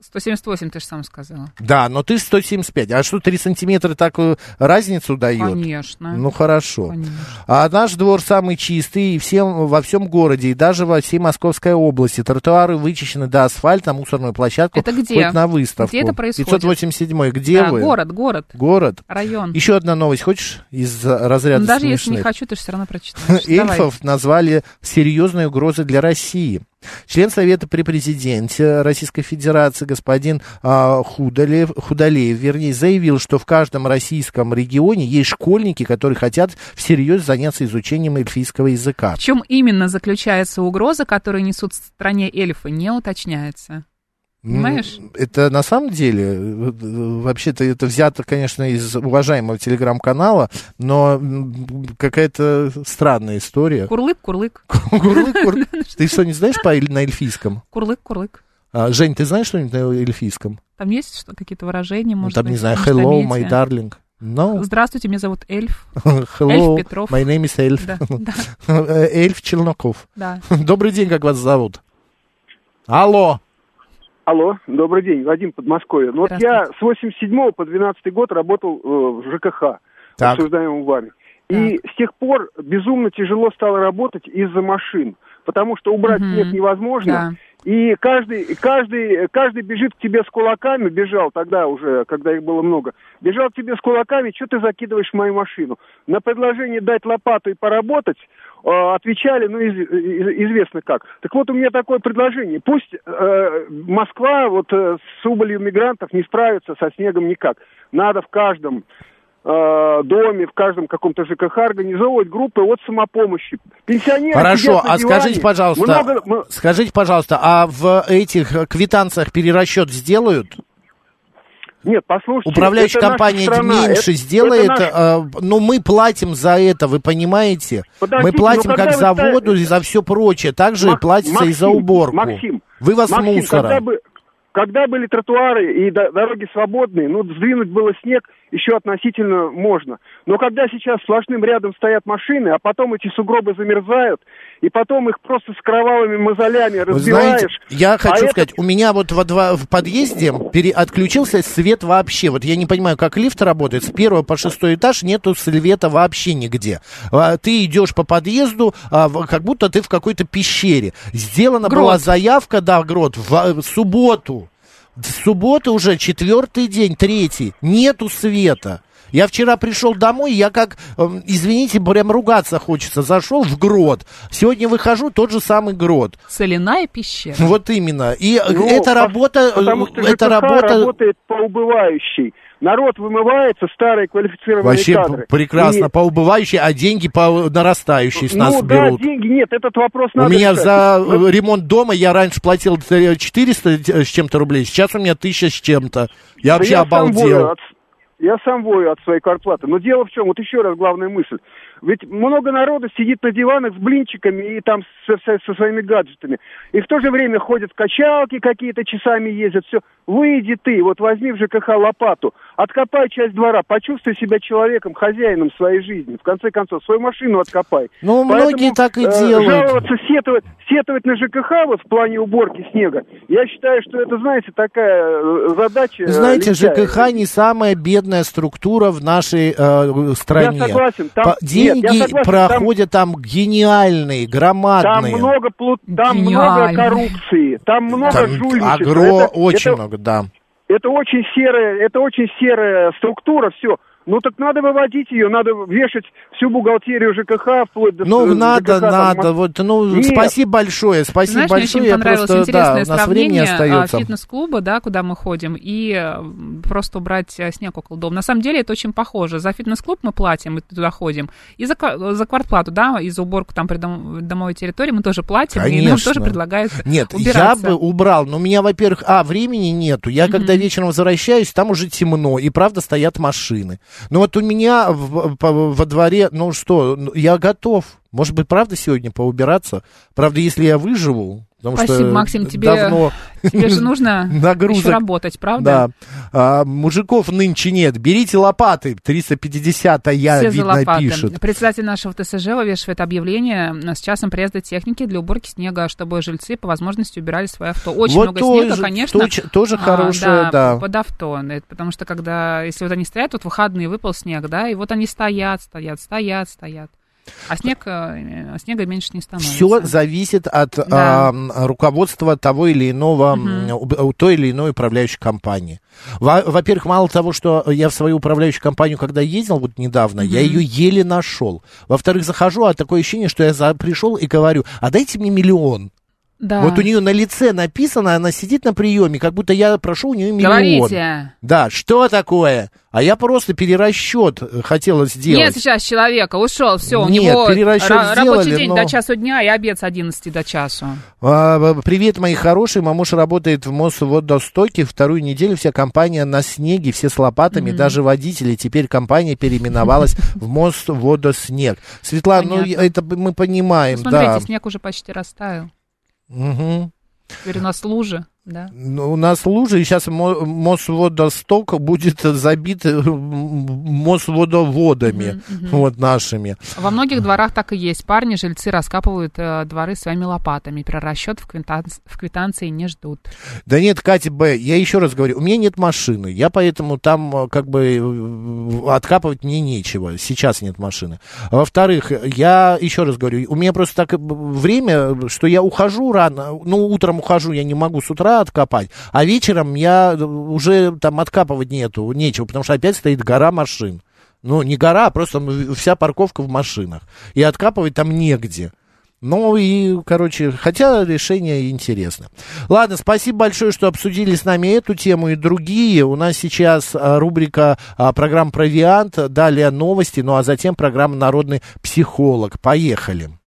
[SPEAKER 1] 178 ты же сам сказала.
[SPEAKER 3] Да, но ты 175. А что, 3 сантиметра такую разницу дает?
[SPEAKER 1] Конечно.
[SPEAKER 3] Ну, хорошо.
[SPEAKER 1] Конечно.
[SPEAKER 3] А наш двор самый чистый и всем, во всем городе, и даже во всей Московской области. Тротуары вычищены до асфальта, мусорную площадку
[SPEAKER 1] Это где?
[SPEAKER 3] хоть на выставку.
[SPEAKER 1] Где это происходит?
[SPEAKER 3] 587 Где
[SPEAKER 1] Да,
[SPEAKER 3] вы?
[SPEAKER 1] город, город,
[SPEAKER 3] Город.
[SPEAKER 1] район.
[SPEAKER 3] Еще одна новость, хочешь, из э, разряда
[SPEAKER 1] Ну, даже
[SPEAKER 3] смешных?
[SPEAKER 1] если не хочу, ты же все равно прочитаешь. Давай.
[SPEAKER 3] Эльфов назвали серьезной угрозой для России. Член Совета при президенте Российской Федерации господин а, Худалев, Худалеев, вернее, заявил, что в каждом российском регионе есть школьники, которые хотят всерьез заняться изучением эльфийского языка.
[SPEAKER 1] В чем именно заключается угроза, которую несут стране эльфы, не уточняется. Понимаешь?
[SPEAKER 3] М, Это на самом деле, э, э, вообще-то это взято, конечно, из уважаемого телеграм-канала, но м, какая-то странная история.
[SPEAKER 1] Курлык, курлык,
[SPEAKER 3] Курлык, кур- Ты что, не знаешь по, эль- на эльфийском?
[SPEAKER 1] курлык, курлык.
[SPEAKER 3] А, Жень, ты знаешь что-нибудь на эльфийском?
[SPEAKER 1] Там есть что, какие-то выражения,
[SPEAKER 3] Ну,
[SPEAKER 1] может
[SPEAKER 3] Там,
[SPEAKER 1] быть?
[SPEAKER 3] не знаю,
[SPEAKER 1] может,
[SPEAKER 3] hello,
[SPEAKER 1] заметили?
[SPEAKER 3] my darling. No,
[SPEAKER 1] Здравствуйте, меня зовут эльф.
[SPEAKER 3] hello,
[SPEAKER 1] Эльф Петров.
[SPEAKER 3] my name is Эльф.
[SPEAKER 1] Да, да,
[SPEAKER 3] Э, Эльф Челноков.
[SPEAKER 1] да.
[SPEAKER 3] Добрый день, как вас зовут? Алло.
[SPEAKER 4] Алло, добрый день, Вадим, Подмосковье. Ну вот я с 87 по 12 год работал э, в ЖКХ,
[SPEAKER 3] Так.
[SPEAKER 4] обсуждаемом вами. И с тех пор безумно тяжело стало работать из-за машин, потому что убрать
[SPEAKER 1] Мгм.
[SPEAKER 4] снег невозможно. И каждый, каждый, каждый бежит к тебе с кулаками, бежал тогда уже, когда их было много, бежал к тебе с кулаками, что ты закидываешь в мою машину? На предложение дать лопату и поработать э, отвечали, ну, из- из- известно как. Так вот, у меня такое предложение. Пусть э, Москва вот э, с убылью мигрантов не справится со снегом никак. Надо в каждом э, доме, в каждом каком-то ЖКХ организовывать группы от самопомощи. Пенсионеры
[SPEAKER 3] Хорошо,
[SPEAKER 4] сидят на
[SPEAKER 3] а
[SPEAKER 4] диване,
[SPEAKER 3] скажите, пожалуйста,
[SPEAKER 4] много- м-
[SPEAKER 3] скажите, пожалуйста, а в этих э, квитанциях перерасчет сделают?
[SPEAKER 4] Нет, послушайте.
[SPEAKER 3] Управляющая
[SPEAKER 4] это наша
[SPEAKER 3] компания
[SPEAKER 4] страна,
[SPEAKER 3] меньше
[SPEAKER 4] это-
[SPEAKER 3] сделает,
[SPEAKER 4] это наш-
[SPEAKER 3] э, ну мы платим за это, вы понимаете? мы
[SPEAKER 4] Подождите,
[SPEAKER 3] платим
[SPEAKER 4] ну когда
[SPEAKER 3] как
[SPEAKER 4] вы
[SPEAKER 3] за
[SPEAKER 4] ставите-
[SPEAKER 3] воду и за все прочее, также
[SPEAKER 4] Мак-
[SPEAKER 3] и платится и за
[SPEAKER 4] Максим,
[SPEAKER 3] уборку.
[SPEAKER 4] Максим,
[SPEAKER 3] Вывоз
[SPEAKER 4] Максим,
[SPEAKER 3] мусора.
[SPEAKER 4] Когда, бы- когда были тротуары и до- дороги свободные, ну, сдвинуть было снег еще относительно можно. Но когда сейчас сплошным рядом стоят машины, а потом эти сугробы замерзают, и потом их просто с кровавыми мозолями
[SPEAKER 3] Вы
[SPEAKER 4] разбиваешь.
[SPEAKER 3] знаете, я
[SPEAKER 4] а
[SPEAKER 3] хочу
[SPEAKER 4] это-
[SPEAKER 3] сказать, у меня вот во два, в подъезде пере, отключился свет вообще. Вот я не понимаю, как лифт работает. С первого по шестой этаж нету света вообще нигде. А, ты идешь по подъезду, а, в- как будто ты в какой-то пещере. Сделана
[SPEAKER 1] Грот.
[SPEAKER 3] была заявка, да, грот, в, в субботу. В субботу уже четвертый день, третий. Нету света. Я вчера пришел домой, я как, эм, извините, прям ругаться хочется. Зашел в грот. Сегодня выхожу, тот же самый грот.
[SPEAKER 1] Соляная пещера.
[SPEAKER 3] Вот именно. И э,
[SPEAKER 4] Ну,
[SPEAKER 3] эта
[SPEAKER 4] пос-
[SPEAKER 3] работа,
[SPEAKER 4] потому что
[SPEAKER 3] э, эта
[SPEAKER 4] ЖКХ
[SPEAKER 3] работа
[SPEAKER 4] работает по убывающей. Народ вымывается, старые квалифицированные
[SPEAKER 3] вообще
[SPEAKER 4] кадры.
[SPEAKER 3] п- прекрасно
[SPEAKER 4] И-
[SPEAKER 3] по убывающей, а деньги по нарастающей с нас
[SPEAKER 4] ну да,
[SPEAKER 3] берут.
[SPEAKER 4] деньги нет, этот вопрос
[SPEAKER 3] у
[SPEAKER 4] надо
[SPEAKER 3] меня
[SPEAKER 4] решать.
[SPEAKER 3] за
[SPEAKER 4] Ну,
[SPEAKER 3] э, ремонт дома я раньше платил э, 400 с чем-то рублей, сейчас у меня 1000 с чем-то. Я
[SPEAKER 4] Да
[SPEAKER 3] вообще
[SPEAKER 4] я сам вою
[SPEAKER 3] обалдел.
[SPEAKER 4] от- я сам вою от своей квартплаты. Но дело в чем, вот еще раз главная мысль. Ведь много народа сидит на диванах с блинчиками и там со, со- со своими гаджетами. И в то же время ходят в качалки какие-то, часами ездят, все. Выйди ты, вот возьми в ЖКХ лопату, откопай часть двора, почувствуй себя человеком, хозяином своей жизни. В конце концов, свою машину откопай.
[SPEAKER 3] Ну, многие так и
[SPEAKER 4] э,
[SPEAKER 3] делают.
[SPEAKER 4] жаловаться, сетовать, сетовать на ЖКХ вот в плане уборки снега, я считаю, что это, знаете, такая э, задача... э,
[SPEAKER 3] Знаете,
[SPEAKER 4] лентяя.
[SPEAKER 3] ЖКХ не самая бедная структура в нашей э, стране.
[SPEAKER 4] Я согласен, там-
[SPEAKER 3] По-
[SPEAKER 4] нет,
[SPEAKER 3] Деньги
[SPEAKER 4] я согласен,
[SPEAKER 3] проходят там, гениальные,
[SPEAKER 4] Там
[SPEAKER 3] громадные.
[SPEAKER 4] много, плут- там много
[SPEAKER 1] Гениально.
[SPEAKER 4] коррупции, там много
[SPEAKER 3] Там
[SPEAKER 4] жульничества.
[SPEAKER 3] огро-
[SPEAKER 4] Это-
[SPEAKER 3] очень
[SPEAKER 4] это-
[SPEAKER 3] много, да.
[SPEAKER 4] Это очень серая, это очень серая структура, все. Ну так надо выводить ее, надо вешать всю бухгалтерию ЖКХ вплоть до
[SPEAKER 3] Ну,
[SPEAKER 4] э,
[SPEAKER 3] надо,
[SPEAKER 4] ЖКХ, там,
[SPEAKER 3] надо. Вот, ну,
[SPEAKER 4] Нет.
[SPEAKER 3] спасибо большое, спасибо
[SPEAKER 1] Знаешь, мне
[SPEAKER 3] большое.
[SPEAKER 1] очень понравилось
[SPEAKER 3] просто, да,
[SPEAKER 1] интересное
[SPEAKER 3] у нас времени
[SPEAKER 1] сравнение а,
[SPEAKER 3] остается.
[SPEAKER 1] фитнес-клуба, да, куда мы ходим, и э, просто убрать э, снег около дома. На самом деле это очень похоже. За фитнес-клуб мы платим, и туда ходим. И за, ква- за квартплату, да, и за уборку там придом- домовой территории мы тоже платим, и нам
[SPEAKER 3] Конечно.
[SPEAKER 1] тоже предлагают
[SPEAKER 3] Нет, я
[SPEAKER 1] убираться.
[SPEAKER 3] бы убрал, но у меня, во-первых, а, времени нету. Я когда вечером возвращаюсь, там уже темно, и правда стоят машины. Но вот у меня в- по- во дворе, ну что, ну, я готов. Может быть, правда сегодня поубираться? Правда, если я выживу, Потому
[SPEAKER 1] Спасибо,
[SPEAKER 3] что
[SPEAKER 1] Максим, тебе,
[SPEAKER 3] давно
[SPEAKER 1] тебе же нужно
[SPEAKER 3] нагрузок.
[SPEAKER 1] еще работать, правда?
[SPEAKER 3] Да. А, мужиков нынче нет. Берите лопаты. 350-я,
[SPEAKER 1] Все за
[SPEAKER 3] видно,
[SPEAKER 1] лопаты.
[SPEAKER 3] пишет.
[SPEAKER 1] Председатель нашего ТСЖ вывешивает объявление э, с часом приезда техники для уборки снега, чтобы жильцы по возможности убирали свое авто. Очень
[SPEAKER 3] Вот
[SPEAKER 1] много
[SPEAKER 3] тоже-
[SPEAKER 1] снега, конечно.
[SPEAKER 3] тоже- тоже
[SPEAKER 1] А,
[SPEAKER 3] хорошее, да.
[SPEAKER 1] под авто. Это Потому что когда, если вот они стоят, вот в выходные выпал снег, да, и вот они стоят, стоят, стоят, стоят. А снег, э, снега меньше не становится.
[SPEAKER 3] Все зависит от
[SPEAKER 1] Да.
[SPEAKER 3] а, м, руководства того или иного, м, уб- у той или иной управляющей компании. Во- Во-первых, мало того, что я в свою управляющую компанию, когда ездил вот недавно, я ее еле нашел. Во-вторых, захожу, а такое ощущение, что я за- пришел и говорю, а дайте мне миллион.
[SPEAKER 1] Да.
[SPEAKER 3] Вот у нее на лице написано, она сидит на приеме, как будто я прошу у нее миллион.
[SPEAKER 1] Говорите.
[SPEAKER 3] Да, что такое? А я просто перерасчет э, хотела сделать.
[SPEAKER 1] Нет сейчас человека, ушел, все, у
[SPEAKER 3] Нет,
[SPEAKER 1] него
[SPEAKER 3] перерасчет
[SPEAKER 1] ра- рабочий
[SPEAKER 3] сделали,
[SPEAKER 1] день
[SPEAKER 3] но-
[SPEAKER 1] до часу дня и обед с 11 до часу.
[SPEAKER 3] А, б- Привет, мои хорошие. Мамуша работает в Мосводостоке. Вторую неделю вся компания на снеге, все с лопатами, даже водители. Теперь компания переименовалась в Мосводоснег. Светлана, ну
[SPEAKER 1] Понятно.
[SPEAKER 3] это б- мы понимаем,
[SPEAKER 1] Смотрите,
[SPEAKER 3] да.
[SPEAKER 1] снег уже почти растаял.
[SPEAKER 3] Мгм.
[SPEAKER 1] Теперь у нас лужи, да.
[SPEAKER 3] Ну, У нас лужи, и сейчас мо- Мосводосток будет забит э, м- Мосводоводами, вот нашими.
[SPEAKER 1] Во многих дворах так и есть. Парни, жильцы раскапывают э, дворы своими лопатами. Прирасчет в, квитанц- в квитанции не ждут.
[SPEAKER 3] Да нет, Катя Б, я еще раз говорю, у меня нет машины, я поэтому там э, как бы э, откапывать мне нечего, сейчас нет машины. А Во-вторых, я еще раз говорю, у меня просто так э, б- время, что я ухожу рано, ну утром ухожу, я не могу с утра откопать, а вечером я э, уже там откапывать нету, нечего, потому что опять стоит гора машин. Ну, не гора, а просто м, вся парковка в машинах. И откапывать там негде. Ну и, короче, хотя решение интересно. Ладно, спасибо большое, что обсудили с нами эту тему и другие. У нас сейчас а, рубрика а, программ «Провиант», далее новости, ну а затем программа «Народный психолог». Поехали.